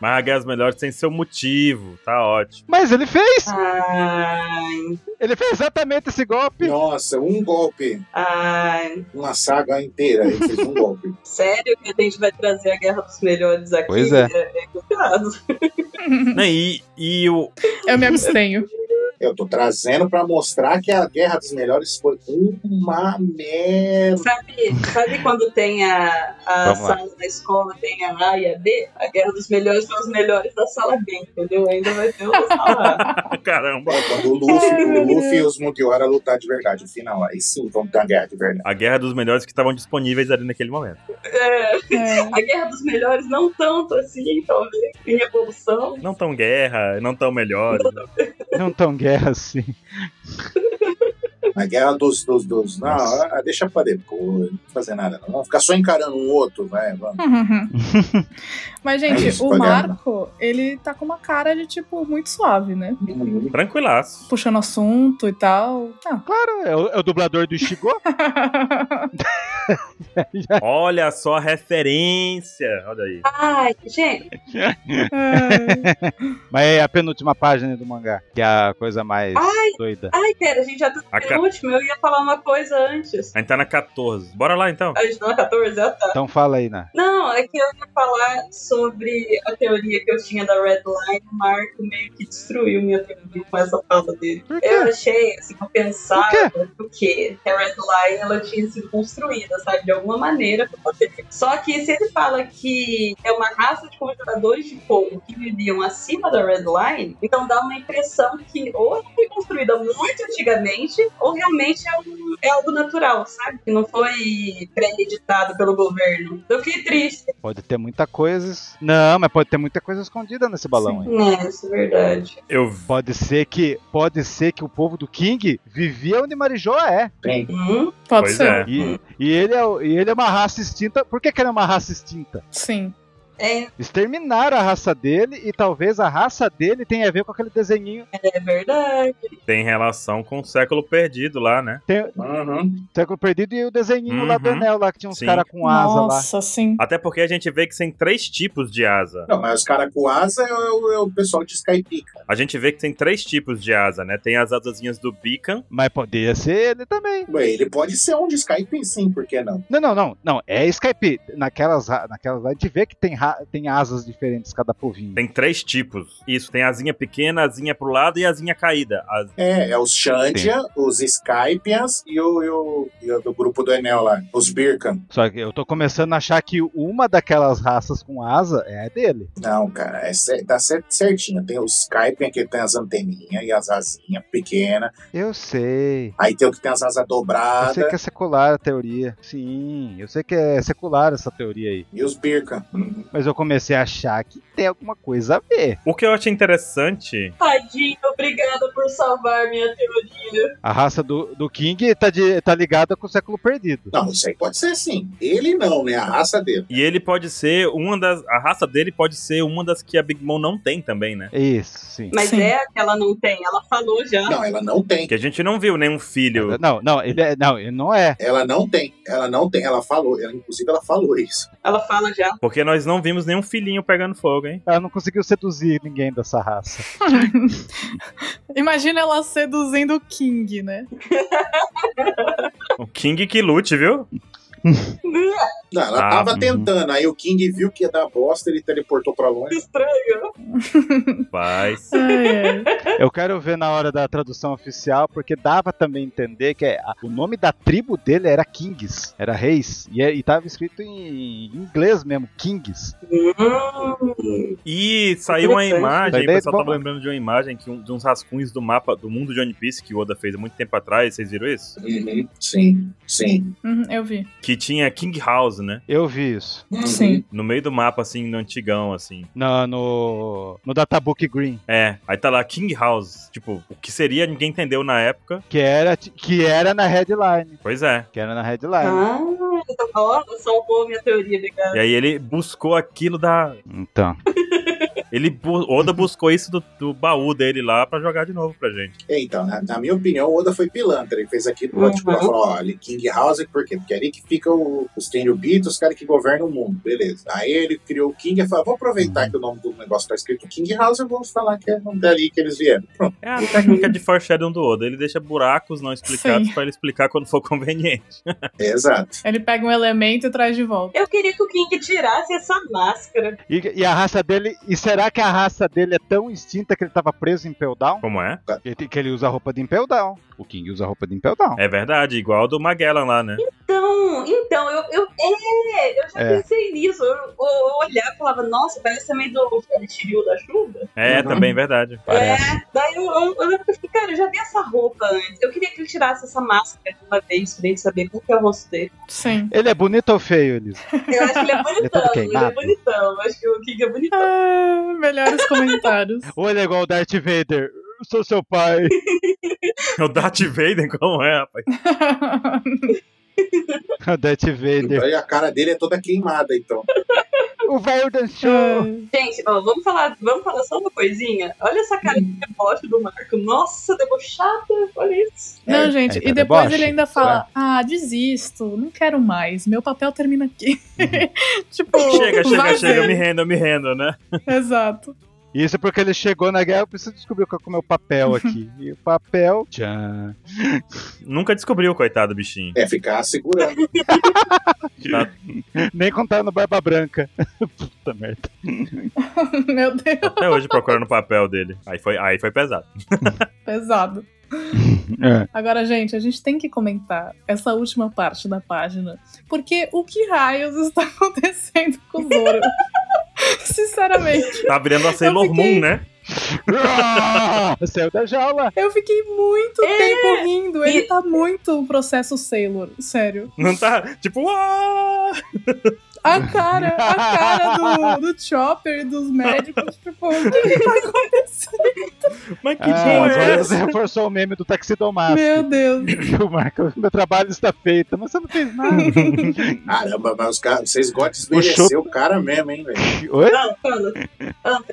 Speaker 2: Mas a Guerra dos é Melhores tem seu motivo, tá ótimo.
Speaker 1: Mas ele fez!
Speaker 3: Ai,
Speaker 1: Ele fez exatamente esse golpe!
Speaker 5: Nossa, um golpe.
Speaker 3: ai.
Speaker 5: Uma saga inteira. Ele fez um golpe.
Speaker 3: Sério que a gente vai trazer a Guerra dos Melhores aqui?
Speaker 1: Pois é.
Speaker 3: É, é complicado.
Speaker 2: Né, E, e o.
Speaker 4: Eu me abstenho.
Speaker 5: Eu tô trazendo pra mostrar que a Guerra dos Melhores foi uma merda.
Speaker 3: Sabe, sabe quando tem a, a
Speaker 1: Vamos lá.
Speaker 3: sala da escola, tem a A e a B? A Guerra dos Melhores são os melhores da sala B, entendeu? Ainda vai ter uma sala A.
Speaker 2: Caramba.
Speaker 5: É Quando o Luffy, o Luffy e os Mugiwara lutar de verdade. No final, aí sim vão dar guerra de verdade.
Speaker 2: A Guerra dos Melhores que estavam disponíveis ali naquele momento.
Speaker 3: É,
Speaker 4: É.
Speaker 3: a Guerra dos Melhores não tanto assim, talvez, em Revolução.
Speaker 2: Não tão guerra, não tão melhores.
Speaker 1: Não tão guerra assim.
Speaker 5: A guerra dos. dos, dos não,
Speaker 1: Nossa.
Speaker 5: ah, deixa pra depois. Não fazer nada, não. Vamos ficar só encarando um outro, vai. Vamos.
Speaker 4: Mas, gente,
Speaker 5: É isso,
Speaker 4: o
Speaker 5: Fabiana.
Speaker 4: Marco, ele tá com uma cara de, tipo, muito suave, né?
Speaker 2: Uhum. Tranquilaço.
Speaker 4: Puxando assunto e tal. Tá.
Speaker 1: Claro, é o, é o dublador do Ishigô.
Speaker 2: Olha só a referência. Olha aí.
Speaker 3: Ai, gente,
Speaker 4: É.
Speaker 1: Mas é a penúltima página do mangá, que é a coisa mais
Speaker 3: Ai.
Speaker 1: doida.
Speaker 3: ai, pera, a gente já tá
Speaker 2: A,
Speaker 3: no
Speaker 2: ca...
Speaker 3: penúltimo, eu ia falar uma coisa antes.
Speaker 2: a gente tá na 14. Bora lá então.
Speaker 3: A gente não é 14, ah, tá.
Speaker 1: Então fala aí, né?
Speaker 3: Não, é que eu ia falar sobre a teoria que eu tinha da Red Line, o Marco meio que destruiu minha teoria com essa fala dele.
Speaker 1: Por
Speaker 3: Eu
Speaker 1: quê?
Speaker 3: achei, assim, eu pensava porque a Red Line ela tinha sido construída, sabe, de alguma maneira pra poder. Só que se ele fala que é uma raça de conjuradores de fogo que viviam acima da Red Line, então dá uma impressão que ou ela foi construída muito antigamente, ou realmente é, um- é algo natural, sabe? Que não foi pré-editado pelo governo. Eu fiquei triste.
Speaker 1: Pode ter muita coisa. Não, mas pode ter muita coisa escondida nesse balão aí.
Speaker 3: É, isso é verdade.
Speaker 2: Eu
Speaker 1: Pode ser que. Pode ser que o povo do King vivia onde Marijó é.
Speaker 3: Hum?
Speaker 4: Pode
Speaker 2: Pois
Speaker 4: ser.
Speaker 2: é.
Speaker 1: E, e ele é. o- E ele é uma raça extinta. Por que, que ele é uma raça extinta?
Speaker 4: Sim.
Speaker 3: É,
Speaker 1: Exterminaram a raça dele e talvez a raça dele tenha a ver com aquele desenhinho.
Speaker 3: é verdade.
Speaker 2: Tem relação com o século perdido lá, né?
Speaker 1: Tem,
Speaker 5: Uhum.
Speaker 1: século perdido e o desenhinho lá do
Speaker 2: Uhum.
Speaker 1: Enel lá, que tinha uns
Speaker 2: Sim.
Speaker 1: caras com asa lá.
Speaker 4: Nossa, sim.
Speaker 2: Até porque a gente vê que tem três tipos de asa.
Speaker 5: Não, mas os caras com asa é, o- é o pessoal de Skypica.
Speaker 2: A gente vê que tem três tipos de asa, né? Tem as asazinhas do Beacon.
Speaker 1: Mas poderia ser ele também.
Speaker 5: Ué, Ele pode ser um de Skype, sim, por que não?
Speaker 1: Não, não, não, não. É Skype. Naquelas, ra- naquelas lá, a gente vê que tem, ra- tem asas diferentes cada povinho.
Speaker 2: Tem três tipos. Isso, tem asinha pequena, asinha pro lado e asinha caída. As-
Speaker 5: É, é os Xandia, os Skypians e o, e, o, e o do grupo do Enel lá, os Birkan.
Speaker 1: Só que eu tô começando a achar que uma daquelas raças com asa é a dele.
Speaker 5: Não, cara, é, cer- tá cer- certinho. Tem os Skypian que tem as anteninhas e as asinhas pequenas.
Speaker 1: Eu sei.
Speaker 5: Aí tem o que tem as asas
Speaker 1: Eu sei
Speaker 5: dobradas
Speaker 1: que é secular a teoria. Sim, eu sei que é secular essa teoria aí.
Speaker 5: e os Birkan. Uhum.
Speaker 1: Mas mas eu comecei a achar que tem alguma coisa a ver.
Speaker 2: O que eu achei interessante.
Speaker 3: Tadinho, obrigado por salvar minha teoria.
Speaker 1: A raça do, do King tá, de- tá ligada com o século perdido.
Speaker 5: Não, isso aí pode ser sim. Ele não, né? A raça dele.
Speaker 2: E ele pode ser uma das. A raça dele pode ser uma das que a Big Mom não tem também, né?
Speaker 1: Isso, sim.
Speaker 3: Mas
Speaker 4: Sim.
Speaker 3: é a que ela não tem, ela falou já.
Speaker 5: Não, ela não tem.
Speaker 2: Que a gente não viu nenhum filho.
Speaker 1: Não, não, ele é, não, ele não é.
Speaker 5: Ela não tem. Ela não tem. Ela falou. Ela, inclusive, ela falou isso.
Speaker 3: Ela fala já.
Speaker 2: Porque nós não vimos nenhum filhinho pegando fogo, hein?
Speaker 1: Ela não conseguiu seduzir ninguém dessa raça.
Speaker 4: Imagina ela seduzindo o King, né?
Speaker 2: O King que lute, viu?
Speaker 3: Hum,
Speaker 5: Não, ela
Speaker 2: Ah,
Speaker 5: tava
Speaker 2: uhum.
Speaker 5: tentando. Aí o King viu que ia dar bosta, ele teleportou pra longe.
Speaker 3: Que estranho.
Speaker 2: Paz.
Speaker 4: Ai, ai.
Speaker 1: Eu quero ver na hora da tradução oficial, porque dava também entender que é a- o nome da tribo dele era Kings, era reis, e, é- e tava escrito em inglês mesmo, Kings.
Speaker 3: Hum.
Speaker 2: E saiu uma
Speaker 3: Interessante.
Speaker 2: imagem,
Speaker 1: Mas
Speaker 2: o
Speaker 1: daí,
Speaker 2: pessoal tava
Speaker 1: bom.
Speaker 2: lembrando de uma imagem que um, de uns rascunhos do mapa do mundo de One Piece que o Oda fez há muito tempo atrás, vocês viram isso?
Speaker 5: Uhum. Sim, sim.
Speaker 4: Uhum, eu vi.
Speaker 2: Que tinha King House, né?
Speaker 1: Eu vi isso
Speaker 5: Uhum.
Speaker 4: Sim.
Speaker 2: No meio do mapa, assim, no antigão, assim.
Speaker 1: na- no, no Databook Green,
Speaker 2: É, aí tá lá King House. Tipo, o que seria, ninguém entendeu na época.
Speaker 1: que era, que era na headline.
Speaker 2: Pois é.
Speaker 1: Que era na headline.
Speaker 3: Ah, então, ó, salvou minha teoria, né, obrigado.
Speaker 2: E aí ele buscou aquilo da.
Speaker 1: Então.
Speaker 2: Ele bu- Oda buscou isso do, do baú dele lá pra jogar de novo pra gente.
Speaker 5: Então, na, na minha opinião, o Oda foi pilantra. Ele fez aqui do
Speaker 3: Uhum.
Speaker 5: tipo, ela falou, ó, ali King House, por quê? Porque é ali que fica o, os Tenryu Beats, os caras que governam o mundo, beleza. Aí ele criou o King e falou, vou aproveitar que o nome do negócio tá escrito King House e vou falar que é dali que eles vieram. Pronto.
Speaker 2: É a técnica de foreshadowing do Oda. Ele deixa buracos não explicados
Speaker 4: Sim.
Speaker 2: pra ele explicar quando for conveniente.
Speaker 5: é, Exato.
Speaker 4: Ele pega um elemento e traz de volta.
Speaker 3: Eu queria que o King tirasse essa máscara.
Speaker 1: E, e a raça dele. E será que a raça dele é tão extinta que ele tava preso em Impel Down?
Speaker 2: Como é?
Speaker 1: Que ele- que ele usa a roupa de Impel Down. O King usa a roupa de Impel Down.
Speaker 2: É verdade, igual ao do Magellan lá, né?
Speaker 3: Então, então, eu, eu, é, eu já
Speaker 1: É.
Speaker 3: pensei nisso. Eu, eu eu olhar e falava, nossa, parece também do Fertilio da chuva.
Speaker 2: É,
Speaker 1: Uhum.
Speaker 2: também verdade.
Speaker 1: Parece.
Speaker 3: Daí eu, eu, eu, lembro que eu fiquei, cara, eu já vi essa roupa antes. Eu queria que ele tirasse essa máscara de uma vez pra ele saber como que é o rosto dele.
Speaker 4: Sim.
Speaker 1: Ele é bonito ou feio, Elisa?
Speaker 3: Eu acho que ele é bonitão,
Speaker 1: todo
Speaker 3: ele é
Speaker 1: queimado.
Speaker 3: bonitão. Eu acho que o King é bonitão.
Speaker 4: Ah, melhores comentários.
Speaker 1: Ou ele é igual o Darth Vader? Eu sou seu pai.
Speaker 2: O Darth Vader, como é, rapaz?
Speaker 1: o Darth Vader.
Speaker 5: Aí a cara dele é toda queimada, então.
Speaker 1: O velho dançou.
Speaker 4: Ai.
Speaker 3: Gente, ó, vamos falar, vamos falar só uma coisinha. Olha essa cara de deboche do Marco. Nossa, debochada. Olha isso.
Speaker 4: Não, gente,
Speaker 1: é, tá
Speaker 4: e depois
Speaker 1: deboche,
Speaker 4: ele ainda fala: Ah, desisto, não quero mais, meu papel termina aqui. tipo,
Speaker 2: Chega, chega,
Speaker 4: vai
Speaker 2: chega, eu me
Speaker 4: ver.
Speaker 2: rendo, eu me rendo, né?
Speaker 4: Exato.
Speaker 1: Isso porque ele chegou na guerra, eu preciso descobrir qual que é o meu papel aqui. E o papel. Tchan.
Speaker 2: Nunca descobriu, coitado do bichinho.
Speaker 5: É ficar segurando.
Speaker 2: Tá-
Speaker 1: Nem contaram no Barba Branca. Puta merda.
Speaker 4: meu Deus,
Speaker 2: até hoje procurando o papel dele. Aí foi, aí foi pesado.
Speaker 4: pesado.
Speaker 1: É.
Speaker 4: Agora, gente, a gente tem que comentar essa última parte da página. Porque o que raios está acontecendo com o Zoro? Sinceramente,
Speaker 2: Tá virando a Sailor
Speaker 4: fiquei-
Speaker 2: Moon, né?
Speaker 1: Saiu da jaula.
Speaker 4: eu fiquei muito
Speaker 3: É.
Speaker 4: tempo rindo. Ele
Speaker 3: E-
Speaker 4: tá muito um processo Sailor, sério.
Speaker 2: Não tá, tipo, uau!
Speaker 4: A cara, a cara do, do Chopper, dos médicos, tipo, o que que tá acontecendo?
Speaker 2: Mas que
Speaker 1: Ah,
Speaker 2: porra é
Speaker 1: agora você
Speaker 2: essa?
Speaker 1: reforçou o meme do taxidomático.
Speaker 4: Meu Deus.
Speaker 1: O Marco, meu trabalho está feito, mas você não fez nada.
Speaker 5: Caramba, mas os caras, vocês gostam de envelhecer o cara mesmo, hein, velho?
Speaker 1: Oi?
Speaker 3: Não, fala. André,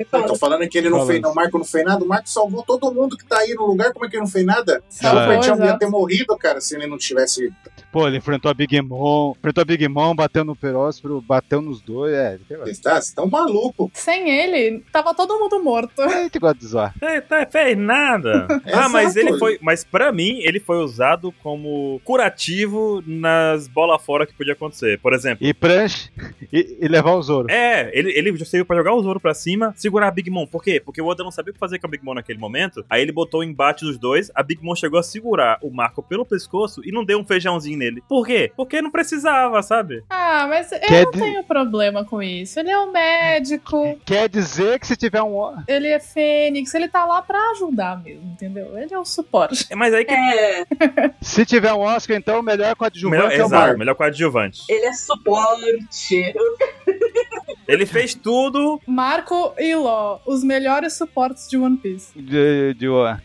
Speaker 5: Eu
Speaker 3: fala.
Speaker 5: tô falando que ele não
Speaker 1: Falando.
Speaker 5: fez, não, o Marco não fez nada. O Marco salvou todo mundo que tá aí no lugar. Como é que ele não fez nada?
Speaker 1: Ah.
Speaker 5: O
Speaker 4: Salvou,
Speaker 5: Pertião ia
Speaker 4: exato.
Speaker 5: ter morrido, cara, se ele não tivesse.
Speaker 1: Pô, ele enfrentou a Big Mom, enfrentou a Big Mom, bateu no Peróspero, bateu nos dois, é. sei lá.
Speaker 5: Vocês tá- vocês tão maluco.
Speaker 4: Sem ele, tava todo mundo morto.
Speaker 1: A gente gosta de zoar.
Speaker 2: É, tá, fez nada. ah,
Speaker 5: Exato.
Speaker 2: mas ele foi. Mas pra mim, ele foi usado como curativo nas bolas fora que podia acontecer. Por exemplo.
Speaker 1: E prancha e, e levar o Zoro.
Speaker 2: É, ele, ele já serviu pra jogar o Zoro pra cima, segurar a Big Mom. Por quê? Porque o Oda não sabia o que fazer com a Big Mom naquele momento. Aí ele botou o embate dos dois, a Big Mom chegou a segurar o Marco pelo pescoço e não deu um feijãozinho nele. Por quê? Porque não precisava, sabe?
Speaker 4: Ah, mas eu
Speaker 1: Quer
Speaker 4: não
Speaker 1: di-
Speaker 4: tenho problema com isso. Ele é um médico,
Speaker 1: Quer dizer que se tiver um. ó-
Speaker 4: ele é fênix, ele tá lá pra ajudar mesmo, entendeu? Ele é o suporte.
Speaker 2: É, Mas aí que.
Speaker 3: É,
Speaker 1: Se tiver um Oscar, então o melhor coadjuvante
Speaker 2: melhor,
Speaker 1: é o
Speaker 2: exato,
Speaker 1: Marco.
Speaker 2: melhor coadjuvante.
Speaker 3: ele é suporte.
Speaker 2: Ele fez tudo.
Speaker 4: Marco e Ló, os melhores suportes de One Piece.
Speaker 1: De, de boa.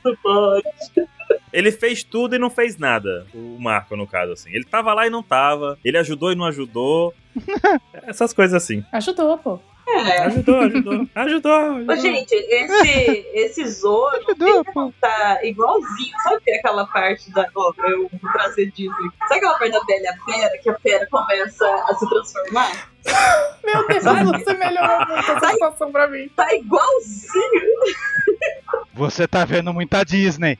Speaker 2: Ele fez tudo e não fez nada. O Marco, no caso, assim. Ele tava lá e não tava. Ele ajudou e não ajudou. Essas coisas assim.
Speaker 4: Ajudou, pô.
Speaker 3: É.
Speaker 2: Ajudou, ajudou. Ajudou. ajudou.
Speaker 3: Ô, gente, esse, esse Zoro
Speaker 1: Ajudou, pô.
Speaker 3: tá igualzinho. Sabe é aquela parte da. Ó, eu vou trazer Disney. Sabe aquela parte da velha Pera que a Pera começa a se transformar?
Speaker 4: Meu Deus, você melhorou muito essa situação pra mim.
Speaker 3: Tá igualzinho.
Speaker 1: Você tá vendo muita Disney.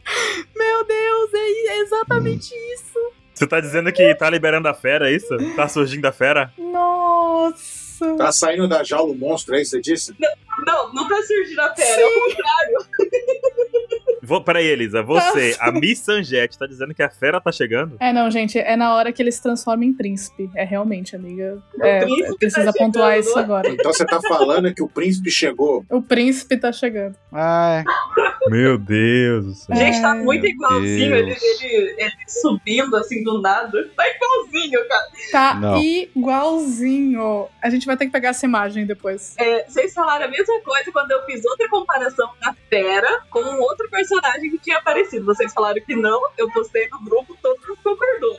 Speaker 4: Meu Deus, é é exatamente isso.
Speaker 2: Você tá dizendo que tá liberando a fera, é isso? Tá surgindo a fera?
Speaker 4: Nossa.
Speaker 5: Tá saindo da jaula o monstro, aí você disse?
Speaker 3: Não, não tá surgindo a Pera. é o contrário.
Speaker 2: Vou, peraí, Elisa. Você, a Miss Sanjete, tá dizendo que a fera tá chegando?
Speaker 4: É, não, gente, é na hora que ele se transforma em príncipe. É realmente, amiga. É,
Speaker 3: príncipe tá
Speaker 4: precisa pontuar
Speaker 3: chegando. né?
Speaker 4: isso agora.
Speaker 5: Então você tá falando que o príncipe chegou.
Speaker 4: O príncipe tá chegando.
Speaker 1: Ai,
Speaker 2: Meu Deus do céu.
Speaker 3: Gente, tá
Speaker 4: Ai,
Speaker 3: muito
Speaker 1: meu
Speaker 3: igualzinho ele,
Speaker 1: Deus.
Speaker 3: ele, ele subindo assim do nada. Tá igualzinho, cara.
Speaker 4: Tá
Speaker 1: Não.
Speaker 4: igualzinho. A gente vai ter que pegar essa imagem depois.
Speaker 3: É, vocês falaram a mesma coisa quando eu fiz outra comparação da Fera com um outro personagem que tinha aparecido. Vocês falaram que não, eu postei no grupo, todo mundo concordou.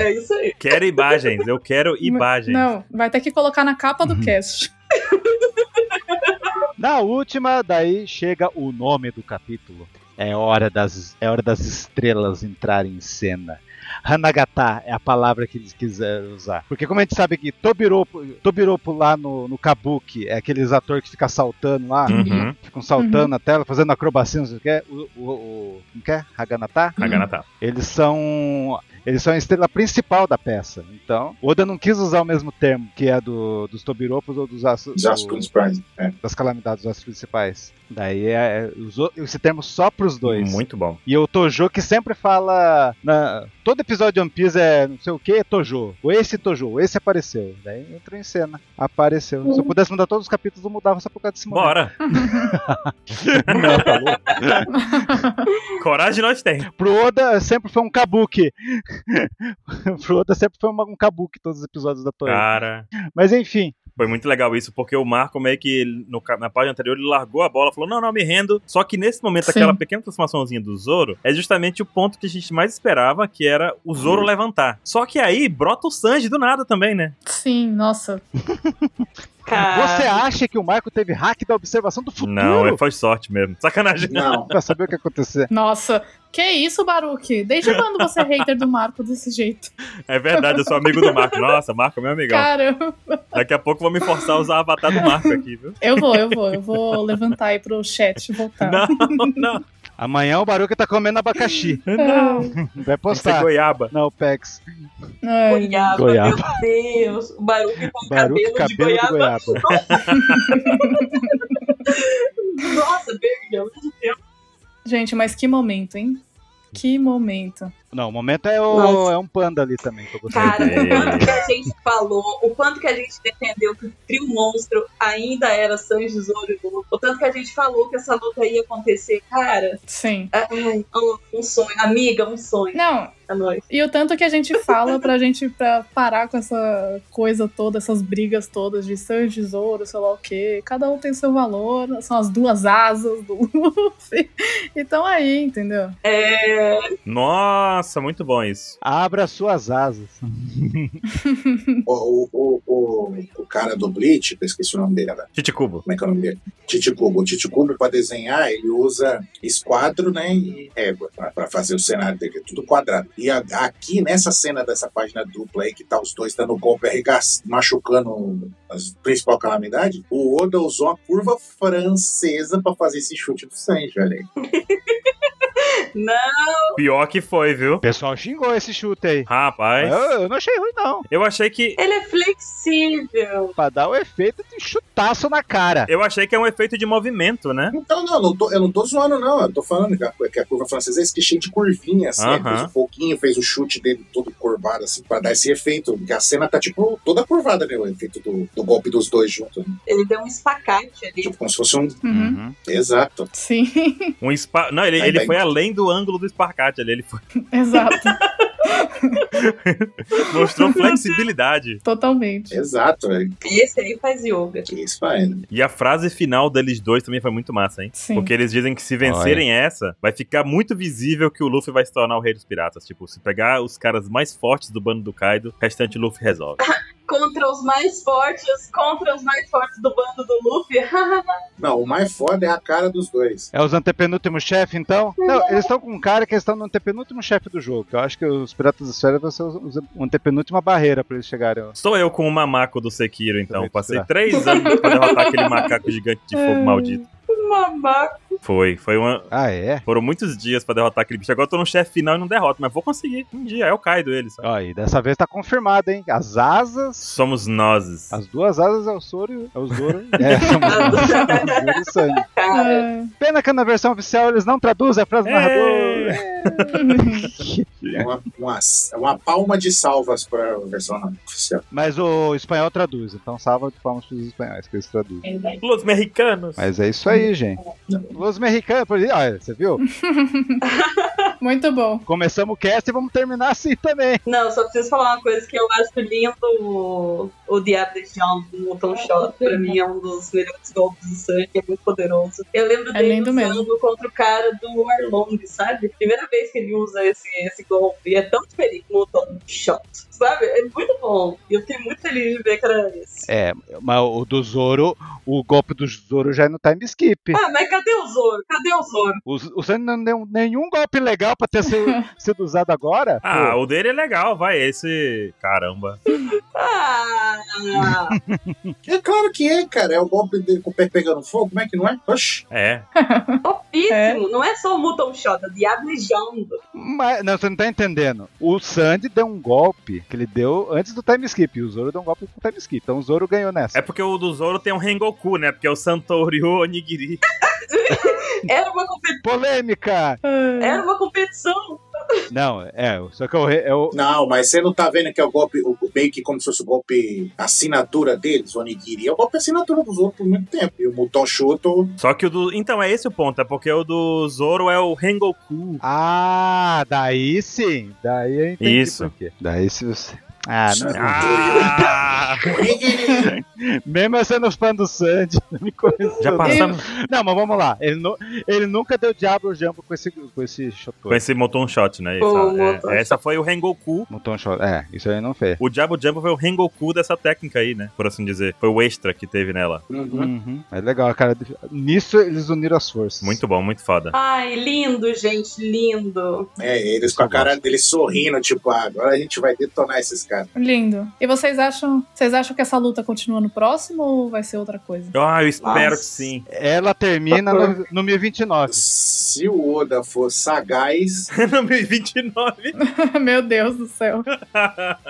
Speaker 3: é isso aí.
Speaker 2: Quero imagens, eu quero imagens.
Speaker 4: Não, vai ter que colocar na capa do cast.
Speaker 1: Na última, daí chega o nome do capítulo. É hora das, é hora das estrelas entrarem em cena. Hanagata é a palavra que eles quiseram usar. Porque como a gente sabe que Tobiropo, Tobiropo lá no, no Kabuki é aqueles atores que ficam saltando lá,
Speaker 2: Uhum.
Speaker 1: ficam saltando na tela, fazendo acrobacia, não sei o que. O, o, o, como que é? Haganata?
Speaker 2: A tá. Ganatá.
Speaker 1: Eles são. Eles são a estrela principal da peça. Então, Oda não quis usar o mesmo termo que é do, dos Tobiropos ou dos Asu,
Speaker 5: Os Astros
Speaker 1: do-
Speaker 5: principais. É.
Speaker 1: das calamidades das principais. Daí é, é, usou esse termo só pros dois.
Speaker 2: Muito bom.
Speaker 1: E o Tojo que sempre fala. Na, todo episódio de One Piece é não sei o que, Tojo. Ou esse Tojo, ou esse apareceu. Daí entrou em cena. Apareceu. Se eu pudesse mudar todos os capítulos, eu mudava só por causa desse momento.
Speaker 2: Bora.
Speaker 1: Não, tá louco.
Speaker 2: Coragem nós tem.
Speaker 1: Pro Oda sempre foi um kabuki. Pro Oda sempre foi uma- um kabuki todos os episódios da Toei.
Speaker 2: Cara,
Speaker 1: Mas enfim.
Speaker 2: foi muito legal isso, porque o Marco meio que ele- no ca- na página anterior ele largou a bola, falou: não, não, me rendo. Só que nesse momento,
Speaker 4: Sim.
Speaker 2: aquela pequena transformaçãozinha do Zoro é justamente o ponto que a gente mais esperava, que era o Zoro levantar. Só que aí brota o Sanji do nada também, né?
Speaker 4: Sim, nossa.
Speaker 3: Tá.
Speaker 1: Você acha que o Marco teve hack da observação do futuro?
Speaker 2: Não, é- foi sorte mesmo. Sacanagem.
Speaker 5: Não.
Speaker 1: Pra saber o que ia acontecer.
Speaker 4: Nossa. Que isso, Baruque? Desde quando você é hater do Marco desse jeito?
Speaker 2: É verdade, eu sou amigo do Marco. Nossa, Marco é meu amigão.
Speaker 4: Caramba.
Speaker 2: Daqui a pouco eu vou me forçar a usar o avatar do Marco aqui, viu?
Speaker 4: Eu vou, eu vou. Eu vou levantar aí pro chat voltar.
Speaker 2: Não, não.
Speaker 1: Amanhã o Baruca tá comendo abacaxi.
Speaker 4: Não.
Speaker 1: Vai
Speaker 2: Você é
Speaker 1: postar.
Speaker 2: goiaba.
Speaker 1: Não, Pex.
Speaker 4: Ai,
Speaker 3: Goiaba,
Speaker 1: Goiaba.
Speaker 3: meu Deus. O barulho com o
Speaker 1: Baruque,
Speaker 3: cabelo, de goiaba. Nossa, perdão.
Speaker 4: Gente, mas que momento, hein? Que momento.
Speaker 1: Não, o momento é, o,
Speaker 3: Nossa.
Speaker 1: é um panda ali também que eu gostei.
Speaker 3: Cara,
Speaker 2: Meu
Speaker 3: o
Speaker 2: Deus.
Speaker 3: quanto que a gente falou, o quanto que a gente defendeu que o trio monstro ainda era Sanji, Zoro e Lu, o tanto que a gente falou que essa luta ia acontecer, cara,
Speaker 4: Sim.
Speaker 3: ai, um- um sonho, amiga, um sonho
Speaker 4: Não,
Speaker 3: pra nós.
Speaker 4: E o tanto que a gente fala pra gente pra parar com essa coisa toda, essas brigas todas de Sanji, Zoro, sei lá o quê. Cada um tem seu valor, são as duas asas do Luffy. Então aí, entendeu?
Speaker 3: É,
Speaker 2: Nossa, muito bom isso.
Speaker 1: Abra suas asas.
Speaker 5: O, o, o, o, o cara do Bleach, que eu esqueci o nome dele agora.
Speaker 2: Titicubo.
Speaker 5: Como é que é o nome dele? Tite Cubo. O Tite Cubo, pra desenhar, ele usa esquadro, né? E régua pra- pra fazer o cenário dele. é Tudo quadrado. E a- aqui, nessa cena dessa página dupla aí, que tá os dois dando golpe, arregaç- machucando a principal calamidade, o Oda usou a curva francesa pra fazer esse chute do Sanji, olha aí.
Speaker 3: não,
Speaker 2: Pior que foi, viu?
Speaker 1: O pessoal xingou esse chute aí.
Speaker 2: Rapaz.
Speaker 1: Eu, eu não achei ruim, não.
Speaker 2: Eu achei que.
Speaker 3: ele é flexível.
Speaker 1: Pra dar o efeito de chutaço na cara.
Speaker 2: Eu achei que é um efeito de movimento, né?
Speaker 5: Então, não, não tô- eu não tô zoando, não. Eu tô falando que a, que a curva francesa é esse que é cheio de curvinha, assim.
Speaker 2: Aham.
Speaker 5: Ele fez um pouquinho, fez o chute dele todo curvado, assim, pra dar esse efeito. Porque a cena tá, tipo, toda curvada, né? O efeito do, do golpe dos dois juntos. né?
Speaker 3: Ele deu um espacate ali.
Speaker 5: Tipo, como se fosse um.
Speaker 4: Uhum.
Speaker 5: Exato.
Speaker 4: Sim,
Speaker 2: Um spa... Não, ele,
Speaker 5: Aí
Speaker 2: ele
Speaker 5: vai-
Speaker 2: foi além do ângulo do esparcate ali. Ele foi...
Speaker 4: exato.
Speaker 2: Mostrou flexibilidade.
Speaker 4: Totalmente.
Speaker 5: Exato, velho.
Speaker 3: E esse aí faz yoga.
Speaker 5: Que Isso vai. né?
Speaker 2: E a frase final deles dois também foi muito massa, hein?
Speaker 4: Sim.
Speaker 2: Porque eles dizem que se vencerem essa, vai ficar muito visível que o Luffy vai se tornar o rei dos piratas. Tipo, se pegar os caras mais fortes do bando do Kaido, o restante Luffy resolve.
Speaker 3: Contra os mais fortes, contra os mais fortes do bando do Luffy.
Speaker 5: Não, o mais foda é a cara dos dois.
Speaker 1: É os antepenúltimos chefes, então? Não, eles estão com um cara que eles estão no antepenúltimo chefe do jogo. que Eu acho que os Piratas da Esfera vão ser os- os- uma antepenúltima barreira pra eles chegarem. ó.
Speaker 2: Sou eu com o mamaco do Sekiro, então.
Speaker 1: Também
Speaker 2: Passei
Speaker 1: será.
Speaker 2: três anos pra derrotar aquele macaco gigante de fogo maldito.
Speaker 3: Mamaco.
Speaker 2: Foi, foi uma.
Speaker 1: Ah, é?
Speaker 2: Foram muitos dias pra derrotar aquele bicho. Agora eu tô no chefe final e não derroto, mas vou conseguir. Um dia, é o Kaido ele, sabe?
Speaker 1: Ó, e dessa vez tá confirmado, hein? As asas.
Speaker 2: Somos nós.
Speaker 1: As duas asas é o Zoro. e- É o Zoro. É, são o Zoro e o Sanji.
Speaker 3: Cara,
Speaker 4: Ah,
Speaker 1: Pena que na versão oficial eles não traduzem a frase
Speaker 2: É.
Speaker 1: do narrador.
Speaker 5: É uma, uma, uma palma de salvas pra versão oficial.
Speaker 1: Mas o espanhol traduz, então salva de palmas pros espanhóis que eles traduzem.
Speaker 2: Los mexicanos.
Speaker 1: Mas é isso aí, gente. Os mexicanos, por exemplo, olha, você viu?
Speaker 4: muito bom.
Speaker 1: Começamos o cast e vamos terminar assim também.
Speaker 3: não, só preciso falar uma coisa que eu acho lindo. O, o Diabo de John do Muton Shot, pra mim, é um dos melhores golpes do Sanji, é muito poderoso. Eu lembro
Speaker 4: É
Speaker 3: dele
Speaker 4: lindo
Speaker 3: usando
Speaker 4: mesmo.
Speaker 3: contra o cara do Arlong, sabe? Primeira vez que ele usa esse, esse golpe, e é tão diferente do Muton Shot, sabe? É muito bom. E eu fiquei muito feliz de ver que era esse.
Speaker 1: É, mas o do Zoro, o golpe do Zoro já é no time skip.
Speaker 3: Ah, mas cadê o Zoro? Cadê o Zoro?
Speaker 1: O, o Sanji não deu nenhum golpe legal pra ter sido, sido usado agora.
Speaker 2: Ah,
Speaker 1: Pô,
Speaker 2: o dele é legal, vai. Esse. Caramba.
Speaker 3: Ah!
Speaker 5: É claro que é, cara. É o golpe dele com o pé pegando fogo. Como é que não é? Oxi.
Speaker 2: É.
Speaker 3: Topíssimo!
Speaker 4: É.
Speaker 3: Não é só o Muton Shot, é o Diabo de John.
Speaker 1: mas, não, você não tá entendendo. O Sandy deu um golpe que ele deu antes do time skip. E o Zoro deu um golpe com o time skip. Então o Zoro ganhou nessa.
Speaker 2: É porque o do Zoro tem um Rengoku, né? Porque é o Santoryu Onigiri.
Speaker 3: Era uma competição.
Speaker 1: Polêmica!
Speaker 4: Ah,
Speaker 3: Era uma competição.
Speaker 1: Não, é, só que é o, re- é o-
Speaker 5: Não, mas você não tá vendo que é o golpe, o, o- meio que como se fosse o golpe assinatura deles, o Onigiri. É o golpe assinatura dos outros por muito tempo. E o Muton Shoto
Speaker 2: Só que o do. Então é esse o ponto, é porque o do Zoro é o Rengoku.
Speaker 1: Ah, daí sim. Daí eu entendi
Speaker 2: Isso.
Speaker 1: por quê. Daí se você... Ah, não.
Speaker 2: Ah!
Speaker 5: Onigiri.
Speaker 1: mesmo eu sendo fã do Sandy, não me conheceu.
Speaker 2: Já passamos
Speaker 1: Não, mas vamos lá. Ele, nu- ele nunca deu Diablo Jumbo com esse, com esse
Speaker 2: com
Speaker 1: Shotoy.
Speaker 2: esse Moton Shot, né? Essa,
Speaker 3: O
Speaker 2: é,
Speaker 3: Moton Shot.
Speaker 2: essa foi o Rengoku.
Speaker 1: Montou um shot. É, isso aí não fez.
Speaker 2: O Diabo Jumbo foi o Rengoku dessa técnica aí, né? Por assim dizer. Foi o extra que teve nela.
Speaker 5: Uhum.
Speaker 1: Uhum. É legal, cara. Nisso eles uniram as forças.
Speaker 2: Muito bom, muito foda.
Speaker 3: Ai, lindo, gente, lindo.
Speaker 5: É, eles com a cara deles sorrindo, tipo, ah, agora a gente vai detonar esses caras.
Speaker 4: lindo. E vocês acham, vocês acham que essa luta continua no próximo ou vai ser outra coisa?
Speaker 2: Ah, eu espero
Speaker 3: Nossa.
Speaker 2: que sim.
Speaker 1: Ela termina no, no 1029.
Speaker 5: Se o Oda for sagaz,
Speaker 2: no 1029.
Speaker 4: Meu Deus do céu.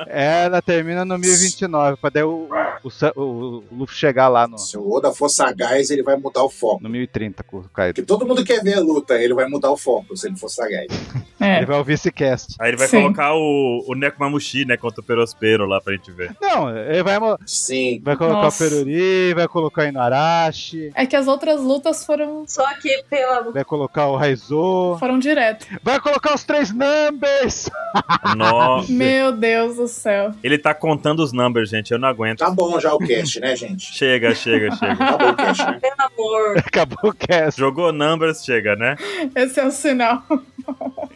Speaker 1: Ela termina no 1029, pra daí o, o, Sa- o Luffy chegar lá no,
Speaker 5: se o Oda for sagaz, ele vai mudar o foco.
Speaker 1: no 1030 com o Kaido.
Speaker 5: Porque todo mundo quer ver a luta, ele vai mudar o foco se ele for sagaz.
Speaker 1: Ele
Speaker 4: É.
Speaker 1: vai ouvir esse cast.
Speaker 2: Aí ele vai
Speaker 4: Sim.
Speaker 2: colocar o, o Nekomamushi, né? Contra o Perospero lá pra gente ver.
Speaker 1: Não, ele vai, mo-
Speaker 5: Sim.
Speaker 1: vai colocar
Speaker 4: Nossa.
Speaker 1: o Peruri, vai colocar o Inarashi,
Speaker 4: É que as outras lutas foram
Speaker 3: Só que pela.
Speaker 1: vai colocar o Raizo,
Speaker 4: foram direto.
Speaker 1: vai colocar os três numbers!
Speaker 2: Nó.
Speaker 4: Meu Deus do céu.
Speaker 2: Ele tá contando os numbers, gente. Eu não aguento.
Speaker 5: Tá bom já o cast, né, gente?
Speaker 2: Chega, chega, chega.
Speaker 5: Tá bom o cast, né?
Speaker 3: Pelo amor.
Speaker 1: Acabou o cast.
Speaker 2: Jogou numbers, chega, né?
Speaker 4: Esse é o sinal.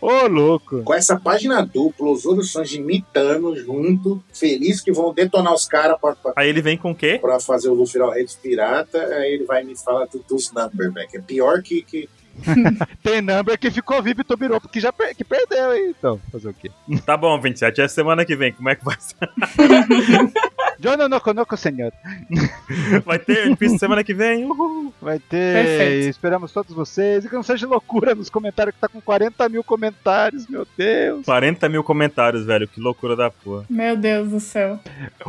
Speaker 1: Ô, louco!
Speaker 5: Com essa página dupla, os outros Sanji imitando junto, feliz que vão detonar os caras pra, pra,
Speaker 2: Aí ele vem com o quê?
Speaker 5: pra fazer o Luffy virar o rei dos pirata, aí ele vai me falar do- dos numbers, velho. que É pior que, que
Speaker 1: Tem number que ficou vivo e Tobirou, porque já per- que perdeu, hein? Então, fazer o quê?
Speaker 2: Tá bom, 27, é semana que vem. Como é que vai ser?
Speaker 1: Jono no Konoko, senhor.
Speaker 2: Vai ter episódio semana que vem? Uhul.
Speaker 1: Vai ter.
Speaker 4: Perfeito.
Speaker 1: Esperamos todos vocês. E que não seja loucura nos comentários, que tá com 40 mil comentários, meu Deus.
Speaker 2: 40 mil comentários, velho. Que loucura da porra.
Speaker 4: Meu Deus do céu.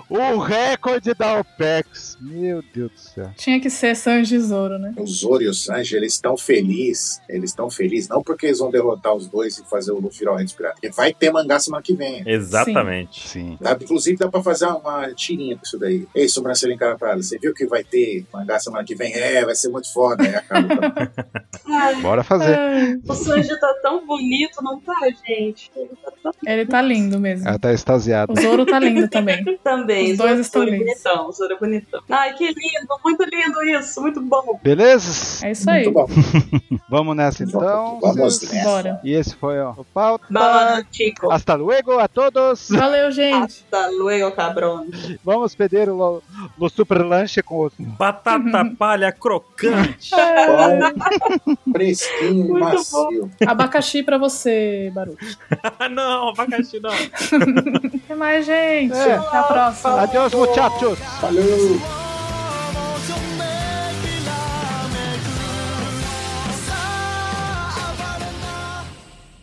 Speaker 1: O recorde da OPEX. Meu Deus do céu.
Speaker 4: Tinha que ser Sanji e Zoro, né?
Speaker 5: o Zoro e o Sanji, eles estão felizes. Eles estão felizes, não porque eles vão derrotar os dois e fazer o Luffy virar o rei dos pirata. Porque vai ter mangá semana que vem.
Speaker 2: Exatamente.
Speaker 1: Sim.
Speaker 5: Dá- inclusive, dá pra fazer uma tirinha disso daí. Ei, sobrancelha encaratada, você viu que vai ter mangá semana que vem? É, vai ser muito foda. Aí acaba. tá?
Speaker 3: Ai,
Speaker 1: Bora fazer.
Speaker 4: Ai,
Speaker 3: o Sanji tá tão bonito, não tá, gente? Ele tá
Speaker 4: Ele tá lindo mesmo.
Speaker 1: É.
Speaker 8: Ela tá extasiada.
Speaker 4: O Zoro tá lindo também.
Speaker 3: Também.
Speaker 4: Os dois
Speaker 3: Zoro-
Speaker 4: estão
Speaker 3: Zoro
Speaker 4: lindos.
Speaker 3: bonitão, Zoro bonitão. Ai, que lindo, muito lindo isso, muito bom.
Speaker 1: Beleza?
Speaker 4: É isso aí.
Speaker 5: Muito bom.
Speaker 1: Vamos nessa então.
Speaker 5: Vamos nessa.
Speaker 4: Bora.
Speaker 1: E esse foi ó, o pauta.
Speaker 3: Bora, Chico.
Speaker 1: Hasta luego a todos.
Speaker 4: Valeu, gente.
Speaker 3: Hasta luego, cabrón.
Speaker 1: Vamos pedir o lo, lo super lanche com os
Speaker 2: Batata palha crocante.
Speaker 5: Bom, fresquinho,
Speaker 3: Muito
Speaker 5: macio.
Speaker 4: Abacaxi pra você, Baruch.
Speaker 2: Ah, não, abacaxi não.
Speaker 4: Até mais, gente.
Speaker 1: É.
Speaker 4: Até a próxima.
Speaker 1: Adiós, muchachos.
Speaker 5: Valeu!
Speaker 6: もうちょっと